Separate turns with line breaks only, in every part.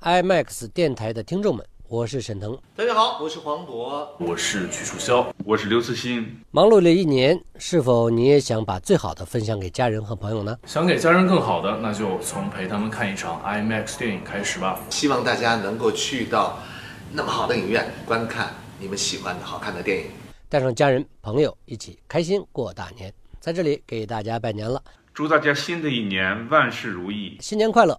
iMax 电台的听众们，我是沈腾。
大家好，我是黄渤。
我是曲楚萧，我是刘慈欣，
忙碌了一年，是否你也想把最好的分享给家人和朋友呢？
想给家人更好的，那就从陪他们看一场 IMAX 电影开始吧。
希望大家能够去到那么好的影院观看你们喜欢的好看的电影。
带上家人朋友一起开心过大年，在这里给大家拜年了，
祝大家新的一年万事如意。
新年快乐！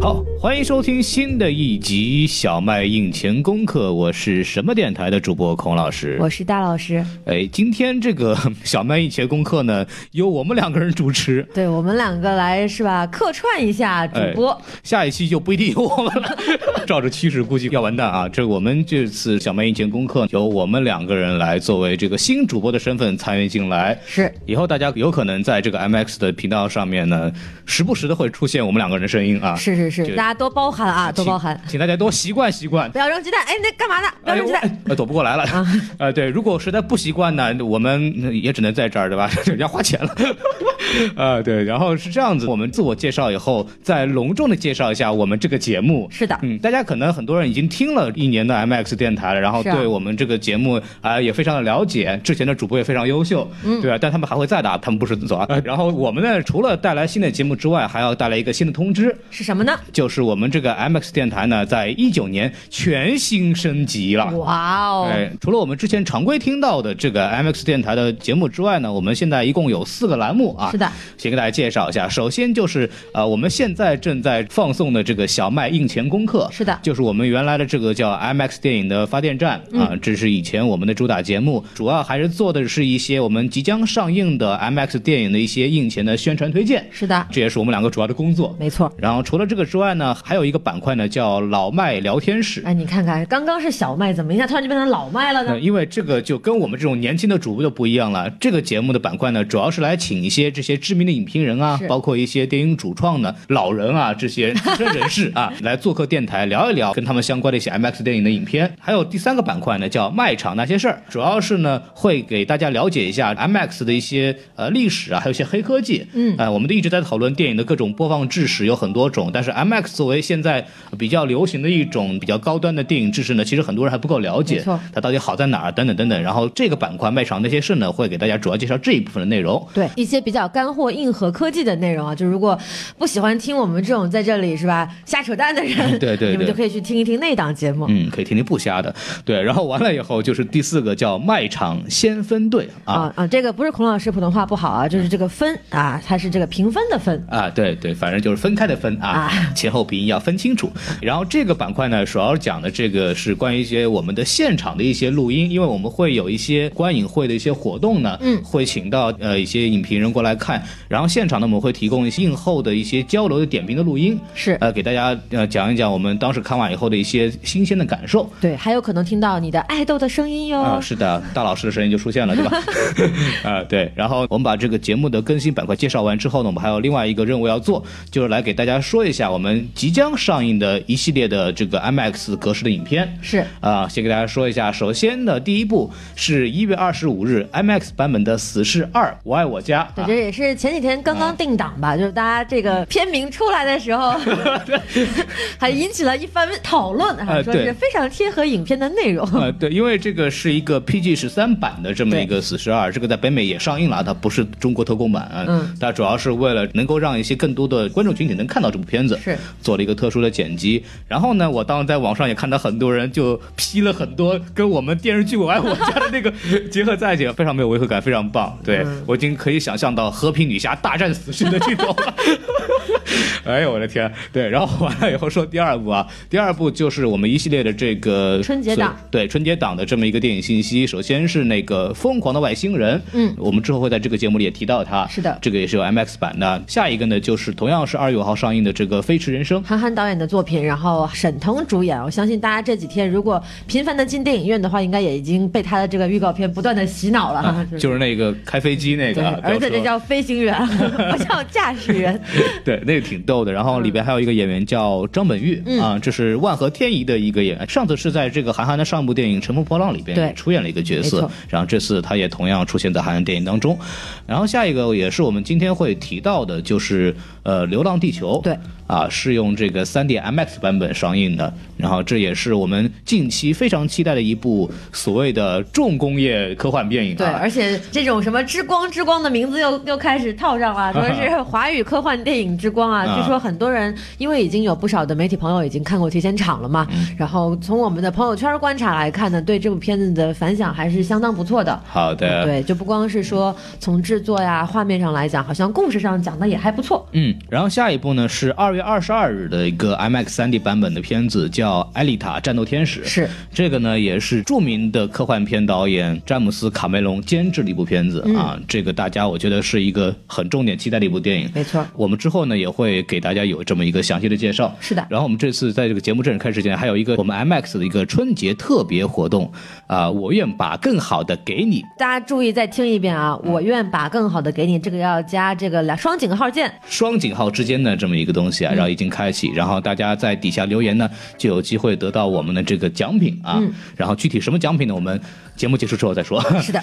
好，欢迎收听新的一集《小麦印前功课》，我是什么电台的主播孔老师。
我是大老师，
哎，今天这个 小麦印前功课呢，由我们两个人主持。
对我们两个来是吧？客串一下主播，
下一期就不一定有我们了， 照着趋势估计要完蛋啊！这我们这次小麦印前功课由我们两个人来作为这个新主播的身份参与进来。
是
以后大家有可能在这个 MX 的频道上面呢，时不时的会出现我们两个人的声音啊，
是是，
就是
大家多包涵啊，多包涵，
请，请大家多习惯习惯。
不要扔鸡蛋，哎，那干嘛呢？不要
哎
扔鸡
我
蛋，
哎躲不过来了啊！ 呃，对，如果实在不习惯呢，我们也只能在这儿，对吧？ 人家花钱了，啊，对。然后是这样子，我们自我介绍以后，再隆重的介绍一下我们这个节目。
是的
嗯，大家可能很多人已经听了一年的 MX 电台了，然后
是啊
对我们这个节目啊、也非常的了解，之前的主播也非常优秀，
嗯
对啊，但他们还会再打，他们不是走啊。呃然后我们呢，除了带来新的节目之外，还要带来一个新的通知，
是什么呢？
就是我们这个 MX 电台呢，在一九年全新升级了。
哇哦，
啊哎，除了我们之前常规听到的这个 MX 电台的节目之外呢，我们现在一共有四个栏目啊。
是的，
先给大家介绍一下。首先就是呃，我们现在正在放送的这个小麦印前功课。
是的
就是我们原来的这个叫 MX 电影的发电站
嗯
啊，这是以前我们的主打节目，主要还是做的是一些我们即将上映的 MX 电影的一些映前的宣传推荐。
是的，
这也是我们两个主要的工作。
没错。
然后除了这个之外呢，还有一个板块呢叫老麦聊天室。
哎，你看看，刚刚是小麦，怎么一下突然就变成老麦了呢
呃，？因为这个就跟我们这种年轻的主播就不一样了。这个节目的板块呢，主要是来请一些这些知名的影评人啊
是，
包括一些电影主创的老人啊，这些资深人士 啊，来做客电台聊一聊跟他们相关的一些 MX 电影的影片。还有第三个板块呢，叫卖场那些事儿，主要是呢会给大家了解一下 MX 的一些呃历史啊，还有一些黑科技。嗯，呃，我们都一直在讨论电影的各种播放制式有很多种，但是 MX 作为现在比较流行的一种比较高端的电影制式呢，其实很多人还不够了解。
没错
它到底好在哪儿等等等等。然后这个板块卖场那些事呢，会给大家主要介绍这一部分的内容。
对一些比较干货、硬核科技的内容啊，就如果不喜欢听我们这种在这里是吧瞎扯淡的 人，
对对
你们
对
就可以去听一听那档节目。
嗯，可以听听不瞎的。对，然后完了以后就是第四个叫卖场先分队啊。
啊啊，这个不是孔老师普通话不好啊，就是这个分啊，它是这个评分的分，
啊，对对，反正就是分开的分啊，
啊
前后鼻音要分清楚。然后这个板块呢，主要讲的这个是关于一些我们的现场的一些录音，因为我们会有一些观影会的一些活动呢，
嗯
会请到呃一些影评人过来看，然后现场呢我们会提供一些映后的一些交流的点评的录音，
是
呃给大家呃讲一讲我们当时看完以后的一些新鲜的感受。
对，还有可能听到你的爱豆的声音哟。
啊、是的，大老师的声音就出现了，对 吧？啊、对。然后我们把这个节目的更新板块介绍完之后呢，我们还有另外一个任务要做，就是来给大家说一下我们即将上映的一系列的这个 IMAX 格式的影片。
是
啊、先给大家说一下，首先呢，第一部是一月二十五日 IMAX 版本的《死侍二：我爱我家》
对，
啊
这也是前几天刚刚定档吧，就是大家这个片名出来的时 候，还引起了一番讨论，啊，
呃
说
对
是非常贴合影片的内容。
呃，对，因为这个是一个 PG 十三版的这么一个死侍二，这个在北美也上映了，它不是中国特供版，
嗯，
它主要是为了能够让一些更多的观众群体能看到这部片子，
是
做了一个特殊的剪辑。然后呢，我当时在网上也看到很多人就批了很多跟我们电视剧《我爱我家》的那个 结合在一起，非常没有违和感，非常棒。对、
嗯
我已经可以想象到和平女侠大战死神的镜头了。 哎呦我的天！对，然后完了以后说第二部啊，第二部就是我们一系列的这个
春节档，
对春节档的这么一个电影信息。首先是那个《疯狂的外星人》，
嗯
我们之后会在这个节目里也提到它，
是的
这个也是有 MX 版的。下一个呢，就是同样是二月五号上映的这个《飞驰人生》。
韩寒导演的作品，然后沈腾主演。我相信大家这几天如果频繁的进电影院的话，应该也已经被他的这个预告片不断的洗脑了。
啊
哈，
就是那个开飞机那
对，
个啊，
而且
不要
这
说
叫飞行员， 不叫驾驶员。
对，那个挺逗的。然后里边还有一个演员叫张本煜、
嗯
啊，这是万合天宜的一个演员。上次是在这个韩寒的上部电影《乘风破浪》里边
对
出演了一个角
没
色
错，
然后这次他也同样出现在韩寒电影当中。然后下一个也是我们今天会提到的，就是呃《流浪地球》
对
啊，是用这个 3DMX 版本上映的。然后这也是我们近期非常期待的一部所谓的重工业科幻电影、啊。
对，而且这种什么“之光”“之光”的名字又又开始套上 了，说是华语科幻电影之光啊。
啊
据说很多人因为已经有不少的媒体朋友已经看过提前场了嘛，然后从我们的朋友圈观察来看呢，对这部片子的反响还是相当不错的。嗯
好的，
对，啊就不光是说从制作呀、画面上来讲，好像故事上讲的也还不错。
嗯，然后下一部呢是二月二十二日的一个 IMAX 3D 版本的片子，叫《艾丽塔：战斗天使》。
是
这个呢，也是著名的科幻片导演詹姆斯·卡梅隆监制的一部片
嗯
子、啊。这个大家我觉得是一个很重点期待的一部电影。
没错，
我们之后呢也会给大家有这么一个详细的介绍。
是的
然后我们这次在这个节目正式开始之前，还有一个我们 IMAX 的一个春节特别活动啊、我愿把更好的给你。
大家注意再听一遍啊！我愿把更好的给你，这个要加这个两双井号键。
双井号之间的这么一个东西
嗯
啊，然后已经开启，然后大家在底下留言呢，就有机会得到我们的这个奖品啊。
嗯
然后具体什么奖品呢？我们节目结束之后再 说。
是的，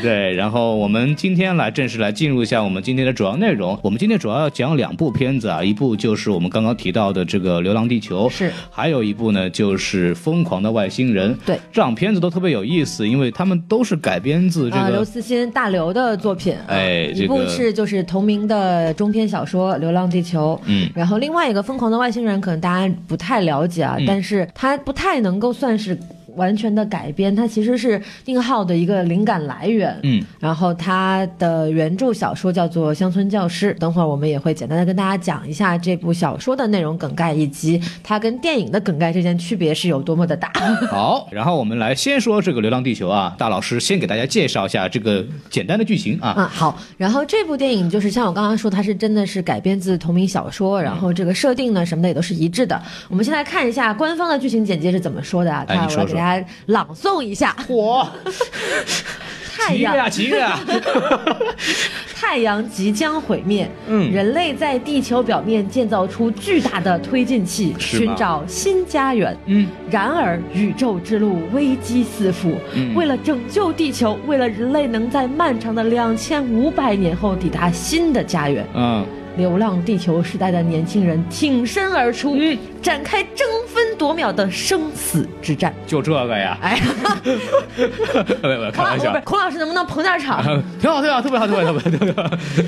对，然后我们今天来正式来进入一下我们今天的主要内容。我们今天主要要讲两部片子啊，一部就是我们刚刚提到的这个《流浪地球》，
是
还有一部呢就是《疯狂的外星人》。
对
这两片子都特别有意思，因为他们都是改编自这
啊，
个
刘慈欣大刘的作品，
哎
啊
这
一部
个
是就是同名的中篇小说《流浪地球》，
嗯，
然后另外一个《疯狂的外星人》可能大家不太了解
嗯
啊，但是它不太能够算是。完全的改编，它其实是宁浩的一个灵感来源。
嗯，
然后他的原著小说叫做《乡村教师》，等会儿我们也会简单的跟大家讲一下这部小说的内容梗概，以及它跟电影的梗概之间区别是有多么的大。
好，然后我们来先说这个《流浪地球》啊，大老师先给大家介绍一下这个简单的剧情啊。
啊，好。然后这部电影就是像我刚刚说，它是真的是改编自同名小说，然后这个设定呢什么的也都是一致的。我们先来看一下官方的剧情简介是怎么说的啊？
哎
看
你
我
说说
来给大家朗诵一下：
火，
太
急着呀，
阳，
急着呀！
太阳即将毁灭，
嗯
人类在地球表面建造出巨大的推进器，
是吗
寻找新家园。
嗯，
然而，宇宙之路危机四伏。
嗯
为了拯救地球，为了人类能在漫长的两千五百年后抵达新的家园，
嗯，
流浪地球时代的年轻人挺身而出，
嗯
展开争分夺秒的生死之战。
就这个呀，
哎呀，
没有没有，开
孔老
玩
师，
笑
不是。 孔老师能不能捧点场？
啊挺好，挺好，特别好，特别好，特别好。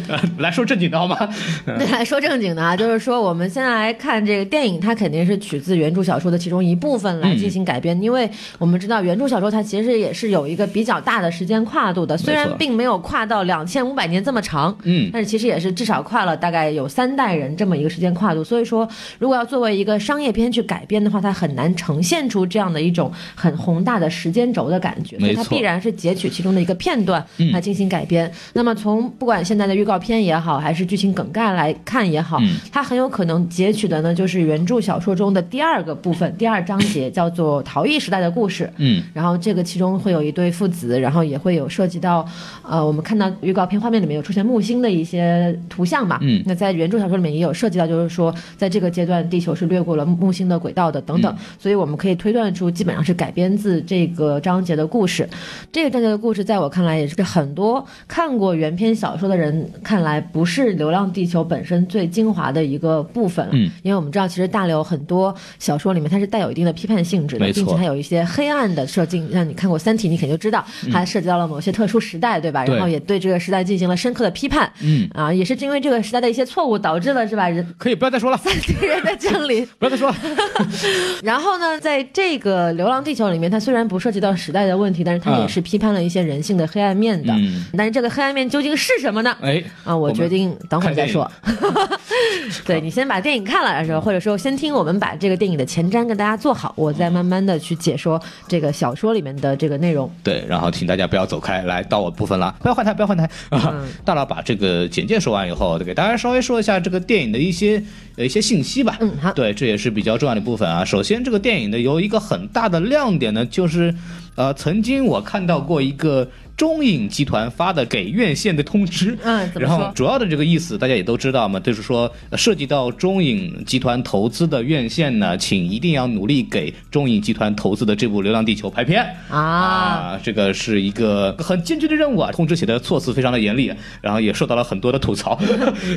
呃来说正经的好吗？
对，说正经的啊，就是说我们先来看这个电影，它肯定是取自原著小说的其中一部分
嗯
来进行改编，因为我们知道原著小说它其实也是有一个比较大的时间跨度的，虽然并没有跨到两千五百年这么长，
嗯
但是其实也是至少跨了大概有三代人这么一个时间跨度，所以说如果要作为一个商业片去改编的话，它很难呈现出这样的一种很宏大的时间轴的感觉，所以它
没错嗯
必然是截取其中的一个片段来进行改编。那么从不管现在的预告片也好，还是剧情梗概来看也好，
嗯
它很有可能截取的呢就是原著小说中的第二个部分、第二章节，叫做《逃逸时代的故事》。
嗯，
然后这个其中会有一对父子，然后也会有涉及到，呃，我们看到预告片画面里面有出现木星的一些图像嘛，
嗯
那在原著小说里面也有涉及到，就是说在这个阶段地球是掠过了木星的轨道的等等，
嗯
所以我们可以推断出基本上是改编自这个章节的故事。这个章节的故事在我看来也是很多看过原篇小说的人看来不是《流浪地球》本身最精华的一个部分，
嗯，
因为我们知道其实大刘很多小说里面它是带有一定的批判性质的，
没错
并且它有一些黑暗的设定，让你看过《三体》，你肯定就知道，它涉及到了某些特殊时代，对吧？
嗯对
然后也对这个时代进行了深刻的批判。
嗯
啊，也是因为这个时代的一些错误导致了是吧人
可以不要再说了，
对人的降临。
不要再说了。
然后呢，在这个《流浪地球》里面，它虽然不涉及到时代的问题，但是它
嗯
也是批判了一些人性的黑暗面的。
嗯
但是这个黑暗面究竟是什么呢？
哎，
啊，我
们
决定等会儿
看
再
电
说。 对你先把电影看了，是吧？或者说先听我们把这个电影的前瞻跟大家做好，我再慢慢的去解说这个小说里面的这个内容。
对，然后请大家不要走开，来到我部分了，不要换台，不要换台啊！ 大佬把这个简介说完以后，给大家稍微说一下这个电影的一些呃一些信息吧。
嗯好
对，这也是比较重要的部分啊。首先，这个电影的有一个很大的亮点呢，就是呃，曾经我看到过一个中影集团发的给院线的通知，
嗯怎么
然
说
后主要的这个意思大家也都知道嘛，就是说呃涉及到中影集团投资的院线呢，请一定要努力给中影集团投资的这部《流浪地球》拍片。
啊，
啊，这个是一个很艰巨的任务啊！通知写的措辞非常的严厉，然后也受到了很多的吐槽。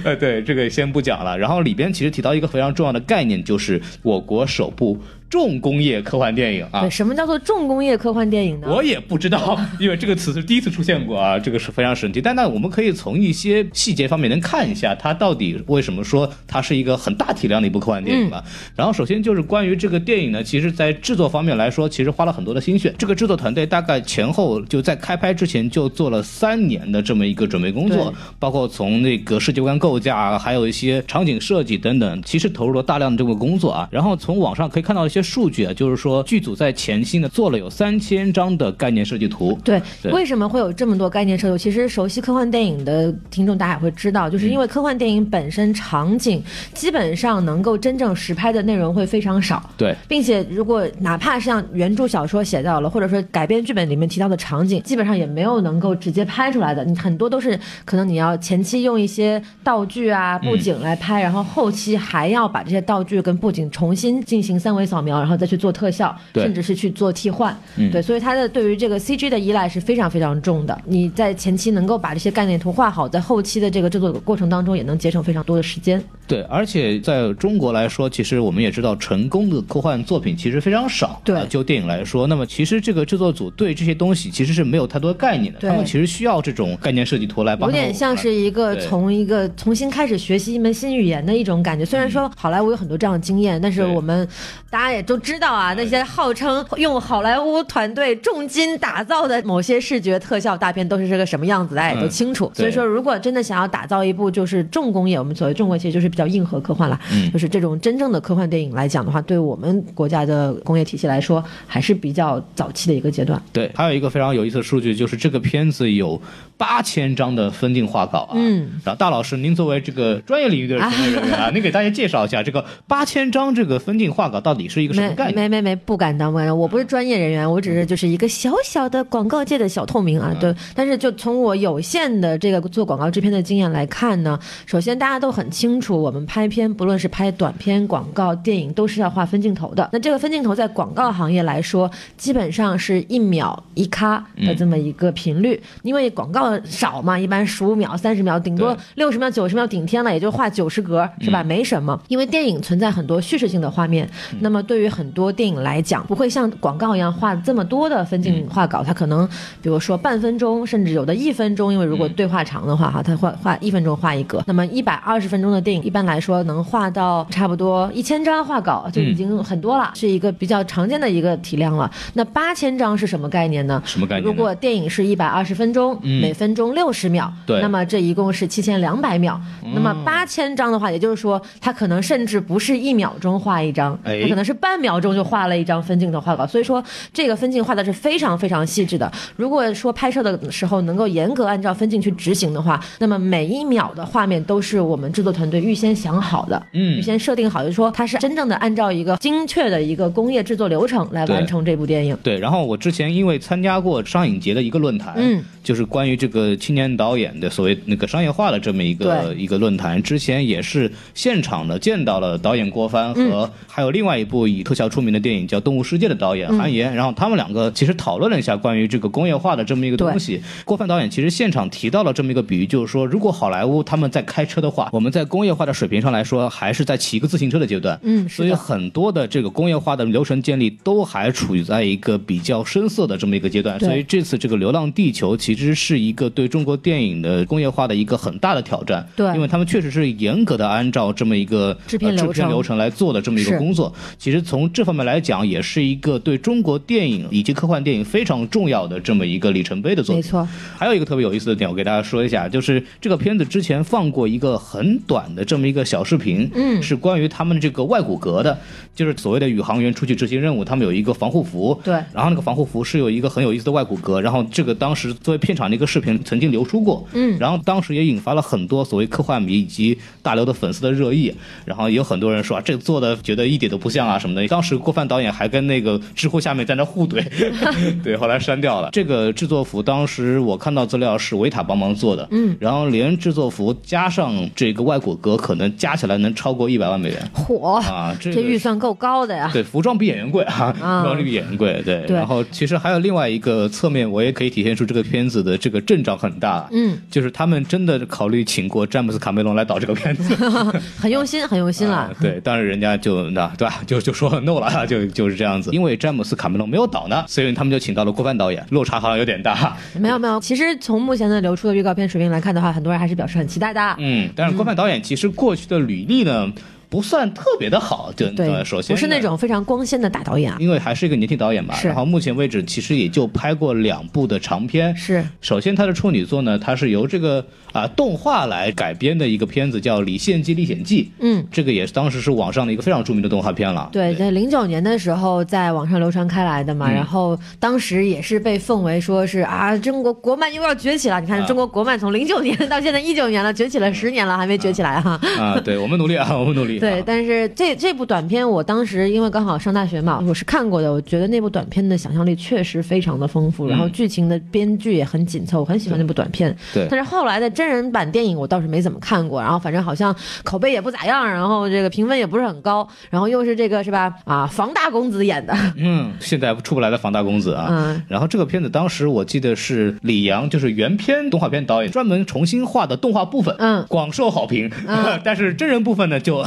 呃，对，这个先不讲了。然后里边其实提到一个非常重要的概念，就是我国首部重工业科幻电影啊
对，。什么叫做重工业科幻电影呢？
我也不知道， 因为这个词是第一次出现过啊，这个是非常神奇。但那我们可以从一些细节方面能看一下，它到底为什么说它是一个很大体量的一部科幻电影吧。
嗯
然后首先就是关于这个电影呢，其实在制作方面来说，其实花了很多的心血。这个制作团队大概前后就在开拍之前就做了三年的这么一个准备工作
对，
包括从那个世界观构架啊，还有一些场景设计等等，其实投入了大量的这个工作啊。然后从网上可以看到一些数据啊，就是说剧组在前期呢做了有三千张的概念设计图，
对，
对
为什么会有这么多概念设计？其实熟悉科幻电影的听众，大家也会知道，
嗯
就是因为科幻电影本身场景基本上能够真正实拍的内容会非常少。
对
并且，如果哪怕像原著小说写到了，或者说改编剧本里面提到的场景，基本上也没有能够直接拍出来的。你很多都是可能你要前期用一些道具啊、布景来拍，然后后期还要把这些道具跟布景重新进行三维扫描，然后再去做特效，
对
甚至是去做替换。对，所以它的对于这个 CG 的依赖是非常非常重的。你在前期能够把这些概念图画好，在后期的这个制作过程当中，也能节省非常多的时间。
对，而且在中国来说，其实我们也知道，成功的科幻作品其实非常少。
对
啊就电影来说，那么其实这个制作组对这些东西其实是没有太多概念的，
对
他们其实需要这种概念设计图来帮
有
他们啊
点像是一个
对
从一个重新开始学习一门新语言的一种感觉。虽然说好莱坞有很多这样的经验，但是
嗯对嗯
我们大家也都知道啊，那些号称用好莱坞团队重金打造的某些视觉特效大片都是这个什么样子，大家也都
嗯
清楚。
对
所以说，如果真的想要打造一部就是重工业，我们所谓重工业其实就是比较硬核科幻啦，
嗯
就是这种真正的科幻电影来讲的话，对我们国家的工业体系来说，还是比较早期的一个阶段。
对，还有一个非常有意思的数据，就是这个片子有八千张的分镜画稿啊。
嗯，
然后大老师，您作为这个专业领域的从业人员 啊，您给大家介绍一下这个八千张这个分镜画稿到底是一个什么概
没
念？
没没没，不敢当，不敢当，我不是专业人员，我只是就是一个小小的广告界的小透明啊。
嗯
对，但是就从我有限的这个做广告制片的经验来看呢，首先大家都很清楚，我们拍片不论是拍短片、广告、电影，都是要画分镜头的。那这个分镜头在广告行业来说，基本上是一秒一咔的这么一个频率，因为广告少嘛，一般十五秒、三十秒，顶多
对
六十秒、九十秒顶天了，也就画九十格，
嗯
是吧？没什么，因为电影存在很多叙事性的画面。那么对于很多电影来讲，不会像广告一样画这么多的分镜画稿，它可能比如说半分钟，甚至有的一分钟，因为如果对话长的
嗯
话哈，它画画一分钟画一格。那么一百二十分钟的电影，一般来说能画到差不多一千张画稿就已经很多
嗯
了，是一个比较常见的一个体量了。那八千张是什么概念呢？
什么概念呢嗯
如果电影是一百二十分钟，每分钟六十秒，
对嗯
那么这一共是七千两百秒。那么八千张的话，也就是说，它可能甚至不是一秒钟画一张，
哎
它可能是半秒钟就画了一张分镜头画稿。所以说，这个分镜画的是非常非常细致的。如果说拍摄的时候能够严格按照分镜去执行的话，那么每一秒的画面都是我们制作团队预先想好的，
嗯
预先设定好，就是说它是真正的按照一个精确的一个工业制作流程来完
对
成这部电影。
对，然后我之前因为参加过上影节的一个论坛，
嗯，
就是关于这个青年导演的所谓那个商业化的这么一个
对
一个论坛，之前也是现场的见到了导演郭帆
嗯
和还有另外一部以特效出名的电影叫《动物世界》的导
嗯
演韩延，然后他们两个其实讨论了一下关于这个工业化的这么一个
对
东西。郭帆导演其实现场提到了这么一个比喻，就是说如果好莱坞他们在开车的话，我们在工业化的的水平上来说，还是在骑个自行车的阶段。
嗯，
所
是
以
的，
很多的这个工业化的流程建立都还处于在一个比较深色的这么一个阶段，
对
所以这次这个《流浪地球》其实是一个对中国电影的工业化的一个很大的挑战，
对
因为他们确实是严格的按照这么一个
制片
呃
流程
制片流程来做的这么一个
是
工作。其实从这方面来讲，也是一个对中国电影以及科幻电影非常重要的这么一个里程碑的作
没
品。
错，
还有一个特别有意思的点，我给大家说一下，就是这个片子之前放过一个很短的这么一个小视频，
嗯
是关于他们这个外骨骼的，就是所谓的宇航员出去执行任务，他们有一个防护服，
对
然后那个防护服是有一个很有意思的外骨骼，然后这个当时作为片场的一个视频曾经流出过，
嗯
然后当时也引发了很多所谓科幻迷以及大刘的粉丝的热议，然后也有很多人说啊，这个做的觉得一点都不像啊什么的。当时郭帆导演还跟那个知乎下面在那互怼， 对，后来删掉了。这个制作服当时我看到资料是维塔帮忙做的，
嗯，
然后连制作服加上这个外骨骼，可能加起来能超过一百万美元
火，
啊，这
这
个
预算够高的呀。
对，服装比演员贵啊，
啊
服装比演员贵。对，
对
然后其实还有另外一个侧面，我也可以体现出这个片子的这个阵仗很大。
嗯，
就是他们真的考虑请过詹姆斯卡梅隆来导这个片子，
很用心，很用心了
啊。对，当然人家就那对吧， 就就说 no 了， 就就是这样子。因为詹姆斯卡梅隆没有导呢，所以他们就请到了郭帆导演，落差好像有点大。
没有没有，其实从目前的流出的预告片水平来看的话，很多人还是表示很期待的。啊
嗯，但是郭帆导演其实过去的履历呢，不算特别的好，就
对，
呃首先
不是那
呢嗯
种非常光鲜的大导演啊。
因为还是一个年轻导演嘛，
是
然后目前为止其实也就拍过两部的长片。
是
首先他的处女作呢，它是由这个啊、动画来改编的一个片子，叫《李献计历险记》。
嗯，
这个也是当时是网上的一个非常著名的动画片了。
对，在零九年的时候，在网上流传开来的嘛，
嗯
然后当时也是被奉为说是啊，中国国漫又要崛起了。你看，
啊
中国国漫从零九年到现在一九年了，崛起了十年了，还没崛起来哈、
啊，对，我们努力啊，我们努力。
对，
啊
但是这这部短片，我当时因为刚好上大学嘛，我是看过的。我觉得那部短片的想象力确实非常的丰富，然后剧情的编剧也很紧凑，我很喜欢那部短片。
嗯对
但是后来的真人版电影我倒是没怎么看过，然后反正好像口碑也不咋样，然后这个评分也不是很高，然后又是这个是吧？啊，房大公子演的，
嗯，现在出不来的房大公子啊。
嗯
然后这个片子当时我记得是李阳，就是原片动画片导演专门重新画的动画部分，
嗯
广受好评。 但是真人部分呢 就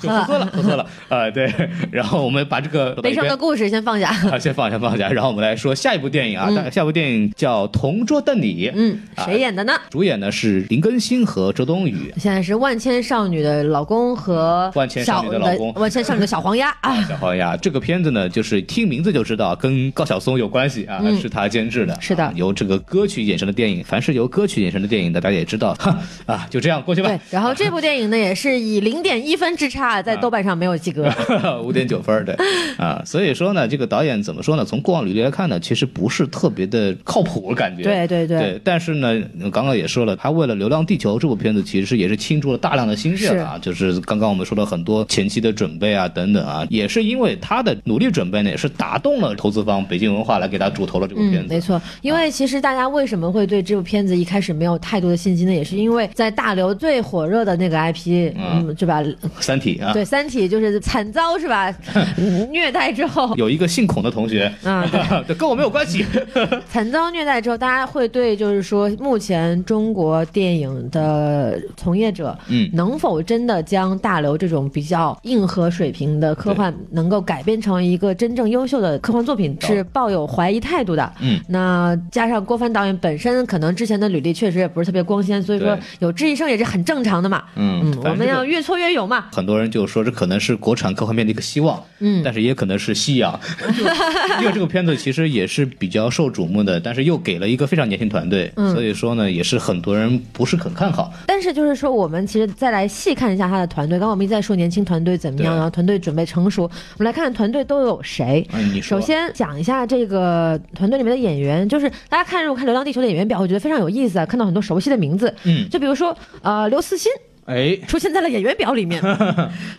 就呵呵了，呵呵了。呃，对。然后我们把这个
悲伤的故事先放下。
啊，先放下，放下，然后我们来说下一部电影啊，大下一部电影叫《同桌的你》，
嗯，
啊
谁演的呢？
主演呢是林更新和周冬雨。
现在是万千少女的老公和
万千少女的老公
小万千少女的小黄鸭啊。
小黄鸭这个片子呢，就是听名字就知道跟高晓松有关系啊，
嗯
是他监制的，
是的
啊由这个歌曲衍生的电影，凡是由歌曲衍生的电影，大家也知道，哈啊，就这样过去吧
对，，然后这部电影呢，也是以零点一分之差在豆瓣上没有及格。
五点九分儿，对啊，所以说呢，这个导演怎么说呢？从过往履历来看呢，其实不是特别的靠谱，我感觉。
对对对
对，但是呢，刚刚也说了，他为了《流浪地球》这部片子，其实也是倾注了大量的心血了啊。就是刚刚我们说了很多前期的准备啊，等等啊，也是因为他的努力准备呢，也是打动了投资方北京文化来给他主投了这部片
嗯，
子。啊
没错。因为其实大家为什么会对这部片子一开始没有太多的信心呢？也是因为在大刘最火热的那个 IP，
嗯
嗯，对吧？
三体》啊，
对，《三体》就是惨遭是 吧虐待之后，
有一个姓孔的同学，
嗯，
对，跟我没有关系。
惨遭虐待之后，大家会对就是说，目前中国电影的从业者，
嗯
能否真的将大刘这种比较硬核水平的科幻，能够改编成一个真正优秀的科幻作品，
懂
是抱有怀疑态度的。
嗯，
那加上郭帆导演本身可能之前的履历确实也不是特别光鲜，所以说
对
有质疑声也是很正常的嘛。
嗯
嗯，
反
我
正这
们
个
要越挫越勇嘛。
很多人就说这可能是国产科幻片的一个希望，
嗯
但是也可能是夕阳， 就因为这个片子其实也是比较受瞩目的，但是又给了一个非常年轻团队，
嗯
所以说呢，也是很多人不是很看好。
但是就是说，我们其实再来细看一下他的团队。刚刚我们一直在说年轻团队怎么样，
对
然后团队准备成熟。我们来看团队都有谁。
嗯，你说
首先讲一下这个团队里面的演员，就是大家看如果看《流浪地球》的演员表，我觉得非常有意思啊，看到很多熟悉的名字，
嗯
就比如说呃刘慈欣
哎，
出现在了演 员表里面，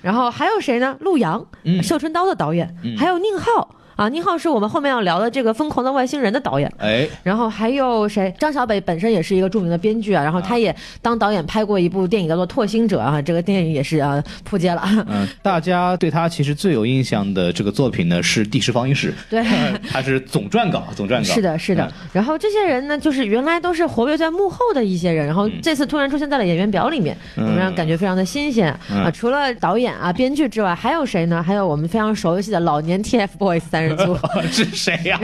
然后还有谁呢？陆阳，
嗯
绣春刀》的导演，还有宁浩。啊，宁浩是我们后面要聊的这个《疯狂的外星人》的导演。
哎，
然后还有谁？张小北本身也是一个著名的编剧啊，然后他也当导演拍过一部电影叫做《拓星者》啊，这个电影也是啊扑街了。
嗯，大家对他其实最有印象的这个作品呢是《第十放映室》，
对，
他是总撰稿，总撰稿
是的，是的
嗯。
然后这些人呢，就是原来都是活跃在幕后的一些人，然后这次突然出现在了演员表里面，怎么样？感觉非常的新鲜
嗯
啊！除了导演啊、编剧之外，还有谁呢？还有我们非常熟悉的老年 TFBOYS 三人组
嗯 是谁呀、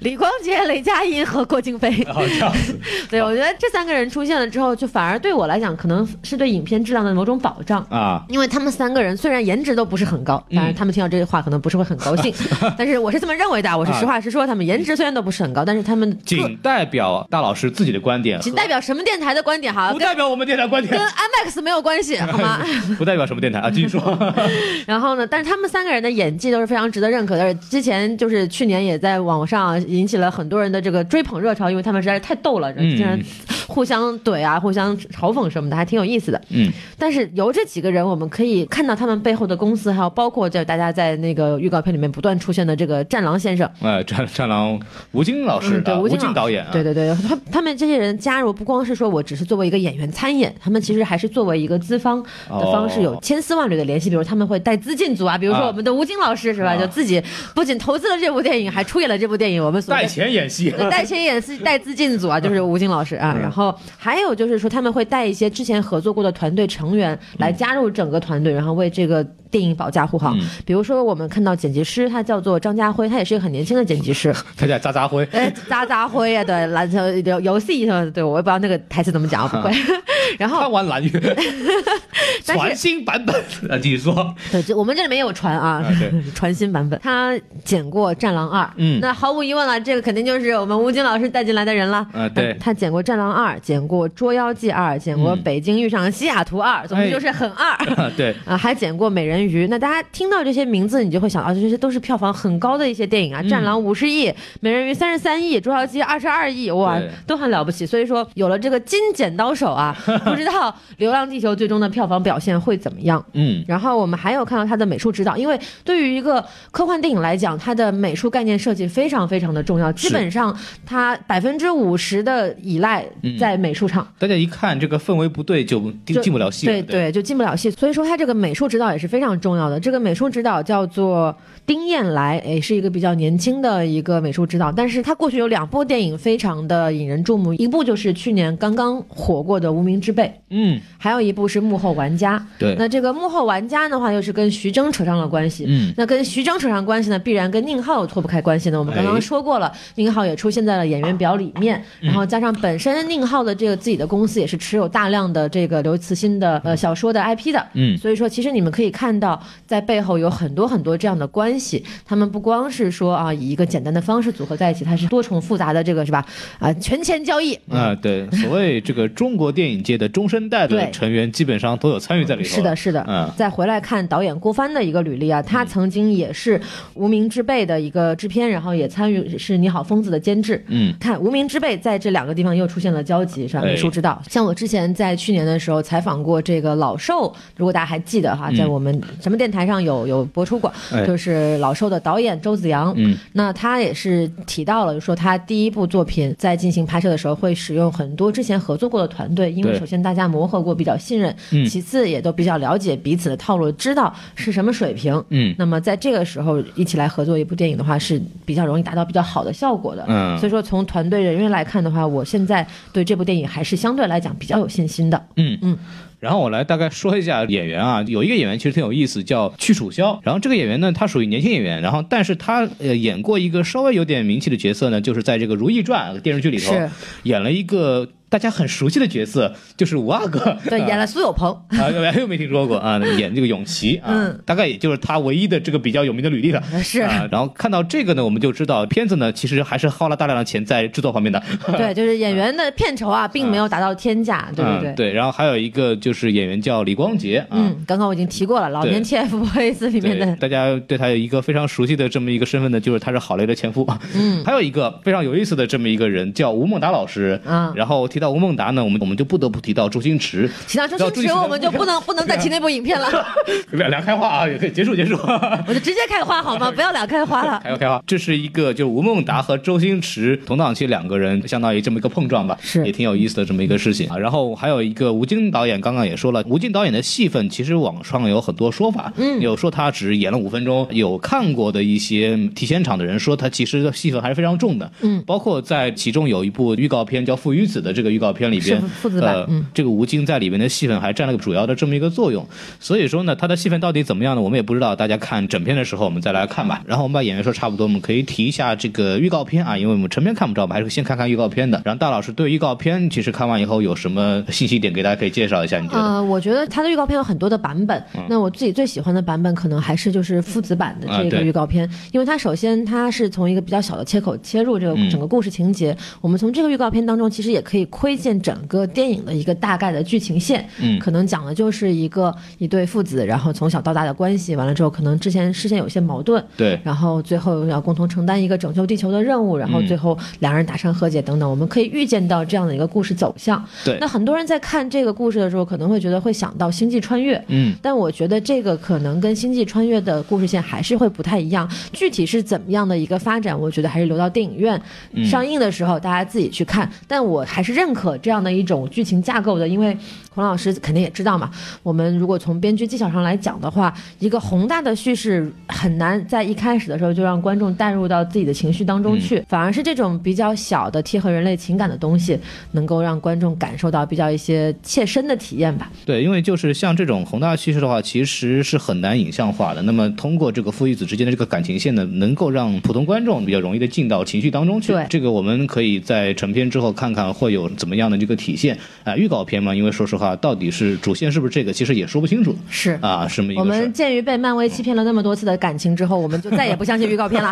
李光洁、雷佳音和郭京飞。
哦，这样子，
对，我觉得这三个人出现了之后，就反而对我来讲，可能是对影片质量的某种保障。
啊，
因为他们三个人虽然颜值都不是很高，当然
嗯
他们听到这句话可能不是会很高 兴，但是我是这么认为的，我
啊
是实话实说，他们颜值虽然都不是很高，但是他们个
仅代表大老师自己的观点，
仅啊代表什么电台的观点哈，
不
跟
代表我们电台观点
跟，IMAX 没有 关系好吗？
不代表什么电台啊，继续说。
然后呢，但是他们三个人的演技都是非常值得认可的，而且之前就是去年也在网上引起了很多人的这个追捧热潮，因为他们实在是太逗了，
嗯
竟然互相怼啊、互相嘲讽什么的，还挺有意思的。
嗯，
但是由这几个人，我们可以看到他们背后的公司，还有包括就大家在那个预告片里面不断出现的这个战狼先生。
哎，战战狼吴京老师
嗯，对
啊，
吴京老师
导演啊，
对对对，他他们这些人加入，不光是说我只是作为一个演员参演，他们其实还是作为一个资方的方式
哦
有千丝万缕的联系。比如他们会带资进组啊，比如说
啊
我们的吴京老师是吧，
啊
就自己不仅投资了这部电影，还出演了这部电影。我们所谓
带
的
钱演戏，
带钱演戏、带资进组啊，就是吴京老师
嗯
啊。然后还有就是说，他们会带一些之前合作过的团队成员来
嗯
加入整个团队，然后为这个电影保驾护航。比如说，我们看到剪辑师，他叫做张家辉，他也是一个很年轻的剪辑师。
他叫扎扎辉，
哎，渣渣辉啊，对，篮球游游戏什么的，对我也不知道那个台词怎么 讲，我不会。 然
看
后，
完蓝月，
但是
全新版 本啊，继续说。
对，这我们这里面有传啊
啊 对，
传新版本，他剪过《战狼二》，
嗯
那毫无疑问了，这个肯定就是我们吴京老师带进来的人了。
啊对
他他剪过《战狼二》，剪过《捉妖记二》，剪过《
嗯哎
北京遇上西雅图二》，总之就是很二。
啊对，
啊，还剪过《美人鱼》。那大家听到这些名字，你就会想啊，这些都是票房很高的一些电影啊，战狼》五十亿，《美人鱼》三十三亿，《捉妖记》二十二亿，哇
对，
都很了不起。所以说，有了这个金剪刀手啊，不知道《流浪地球》最终的票房表现会怎么样。
嗯，
然后我们还有看到他的美术指导，因为对于一个科幻电影来讲，它的美术概念设计非常非常的重要，基本上它百分之五十的依赖在美术上。
大家一看这个氛围不对，就
就
进进不了戏了。
对，就进不了戏。所以说他这个美术指导也是非常重要的。这个美术指导叫做丁燕来，也是一个比较年轻的一个美术指导，但是他过去有两部电影非常的引人注目，一部就是去年刚刚火过的《无名之辈》，
嗯，
还有一部是《幕后玩家》。
对，
那这个幕后玩家的话，又是跟徐峥扯上了关系。
嗯
那跟徐峥扯上关系呢，必然跟宁浩又脱不开关系呢。我们刚
哎
刚说过了，宁浩也出现在了演员表里面，
嗯
然后加上本身宁浩的这个自己的公司也是持有大量的这个刘慈欣的呃小说的 IP 的。
嗯
所以说，其实你们可以看到，在背后有很多很多这样的关系，他们不光是说啊以一个简单的方式组合在一起，它是多重复杂的这个是吧？啊、权钱交易。
啊 对，所谓这个中国电影界的中生代的
对
成员，基本上都有参与在里头。
是的，，是的。
嗯
再回来看导演郭帆的一个履历啊，他曾经也是《无名之辈》的一个制片，然后也参与是《你好，疯子》的监制。
嗯，
看《无名之辈》在这两个地方又出现了交集，是吧？
哎
美术指导，像我之前在去年的时候采访过这个老寿，如果大家还记得哈，在我们什么电台上有有播出过
嗯哎，
就是老寿的导演周子阳。
嗯，
那他也是提到了说，他第一部作品在进行拍摄的时候会使用很多之前合作过的团队，因为
对
首先大家磨合过，比较信任，
嗯
其次也都比较了解彼此的套路，知道是什么水平。
嗯
那么在这个时候一起来合作一部电影的话，是比较容易达到比较好的效果的。
嗯
所以说从团队人员来看的话，我现在对这部电影还是相对来讲比较有信心的。
嗯
嗯。
然后我来大概说一下演员啊，有一个演员其实挺有意思，叫屈楚萧。然后这个演员呢，他属于年轻演员，然后但是他呃演过一个稍微有点名气的角色呢，就是在这个《如懿传》电视剧里头
是
演了一个大家很熟悉的角色，就是五阿哥。
对，
啊
演了苏有朋，
啊，又又没听说过啊，演这个永琪啊，
嗯
大概也就是他唯一的这个比较有名的履历了。
是
啊，然后看到这个呢，我们就知道片子呢其实还是花了大量的钱在制作方面的。
对，就是演员的片酬啊，并没有达到天价，对
嗯
对对。
对，然后还有一个就是演员叫李光洁啊。
嗯，刚刚我已经提过了，老年 TFBOYS 里面
对，
的
大家对他有一个非常熟悉的这么一个身份呢，就是
嗯
他是郝蕾的前夫。嗯，还有一个非常有意思的这么一个人叫吴孟达老师。
啊
然后提到吴孟达呢，我们我们就不得不提到周星驰。
提到周星驰，我们就不能不能再提那部影片了，
聊聊开话啊，也可以结束结束。
我就直接开花好吗？不要俩开 花了。
开花开花，这是一个就吴孟达和周星驰同档期两个人，相当于这么一个碰撞吧，
是
也挺有意思的这么一个事情啊。然后还有一个吴京导演，刚刚也说了，吴京导演的戏份其实网上有很多说法，嗯，有说他只演了五分钟，有看过的一些提前场的人说他其实戏份还是非常重的，嗯，包括在其中有一部预告片叫《父与子》的这个预告片里边
是，父子版
呃
嗯
这个吴京在里面的戏份还占了个主要的这么一个作用，所以说呢，他的戏份到底怎么样呢？我们也不知道。大家看整片的时候，我们再来看吧。然后我们把演员说差不多，我们可以提一下这个预告片啊，因为我们成片看不着，我们还是先看看预告片的。然后大老师对预告片其实看完以后有什么信息点给大家可以介绍一下？你觉得？
呃，我觉得它的预告片有很多的版本，那我自己最喜欢的版本可能还是就是父子版的
啊
这个
对
预告片，因为它首先它是从一个比较小的切口切入这个
嗯
整个故事情节，我们从这个预告片当中其实也可以窥见整个电影的一个大概的剧情线，
嗯
可能讲的就是一个一对父子，然后从小到大的关系，完了之后可能之前事先有一些矛盾，
对，
然后最后要共同承担一个拯救地球的任务，然
嗯
后最后两人达成和解等等，我们可以预见到这样的一个故事走向。
对
那很多人在看这个故事的时候，可能会觉得会想到《星际穿越》。
嗯，
但我觉得这个可能跟《星际穿越》的故事线还是会不太一样，具体是怎么样的一个发展，我觉得还是留到电影院上映的时候大家自己去看。但我还是认可这样的一种剧情架构的，因为孔老师肯定也知道嘛，我们如果从编剧技巧上来讲的话，一个宏大的叙事很难在一开始的时候就让观众带入到自己的情绪当中去，反而是这种比较小的贴合人类情感的东西，能够让观众感受到比较一些切身的体验吧。
对，因为就是像这种宏大叙事的话，其实是很难影像化的。那么通过这个父与子之间的这个感情线呢，能够让普通观众比较容易的进到情绪当中去
对。
这个我们可以在成片之后看看会有怎么样的这个体现。啊、预告片嘛，因为说实话，到底是主线是不是这个，其实也说不清楚
是
啊，什么一
我
个事儿
们。鉴于被漫威欺骗了那么多次的感情之后，我们就再也不相信预 告片了。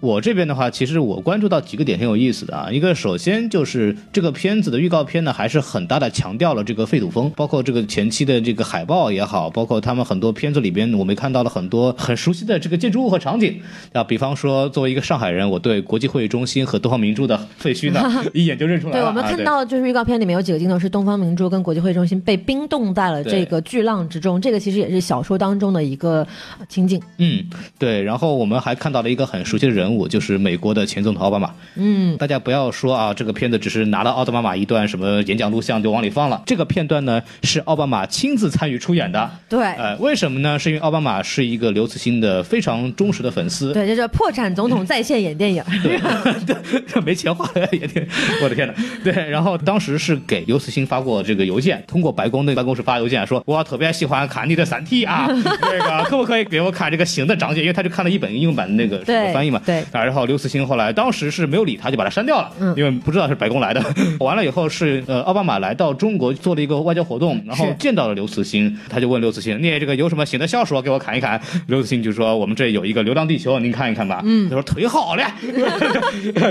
我这边的话，其实我关注到几个点挺有意思的啊。一个首先就是这个片子的预告片呢，还是很大的强调了这个废土风，包括这个前期的这个海报也好，包括他们很多片子里边，我们看到了很多很熟悉的这个建筑物和场景啊。比方说，作为一个上海人，我对国际会议中心和东方明珠的废墟呢，一眼就认出来
对，
了
我
啊。
们看到就是预告片里面有几个镜头是东方明珠跟国际会议中心被冰冻在了这
对
个巨浪之中，这个其实也是小说当中的一个呃情景。
嗯，对，然后我们还看到了一个很熟悉的人物，就是美国的前总统奥巴马。嗯，大家不要说啊，这个片子只是拿了奥巴马一段什么演讲录像就往里放了。这个片段呢是奥巴马亲自参与出演的。
对，
呃，为什么呢？是因为奥巴马是一个刘慈欣的非常忠实的粉丝。
对，这就是破产总统在线演 电影。
对， 没钱花了也挺，我的天哪！对，然后当时是给刘慈欣发过这个邮件，通过白宫的办公室发邮件说，我特别喜欢看你的《三体》啊，那个可不可以给我看这个新的章节？因为他就看了一本英文版的那个什么翻译嘛。
对
啊， 然后刘慈欣后来当时是没有理他，就把他删掉了，
嗯
因为不知道是白宫来的。 完了以后是呃，奥巴马来到中国做了一个外交活动，然后
是
见到了刘慈欣，他就问刘慈欣：“你这个有什么新的小说给我看一看？”刘慈欣就说：“我们这有一个《流浪地球》，您看一看吧。”嗯，他说：“忒好了，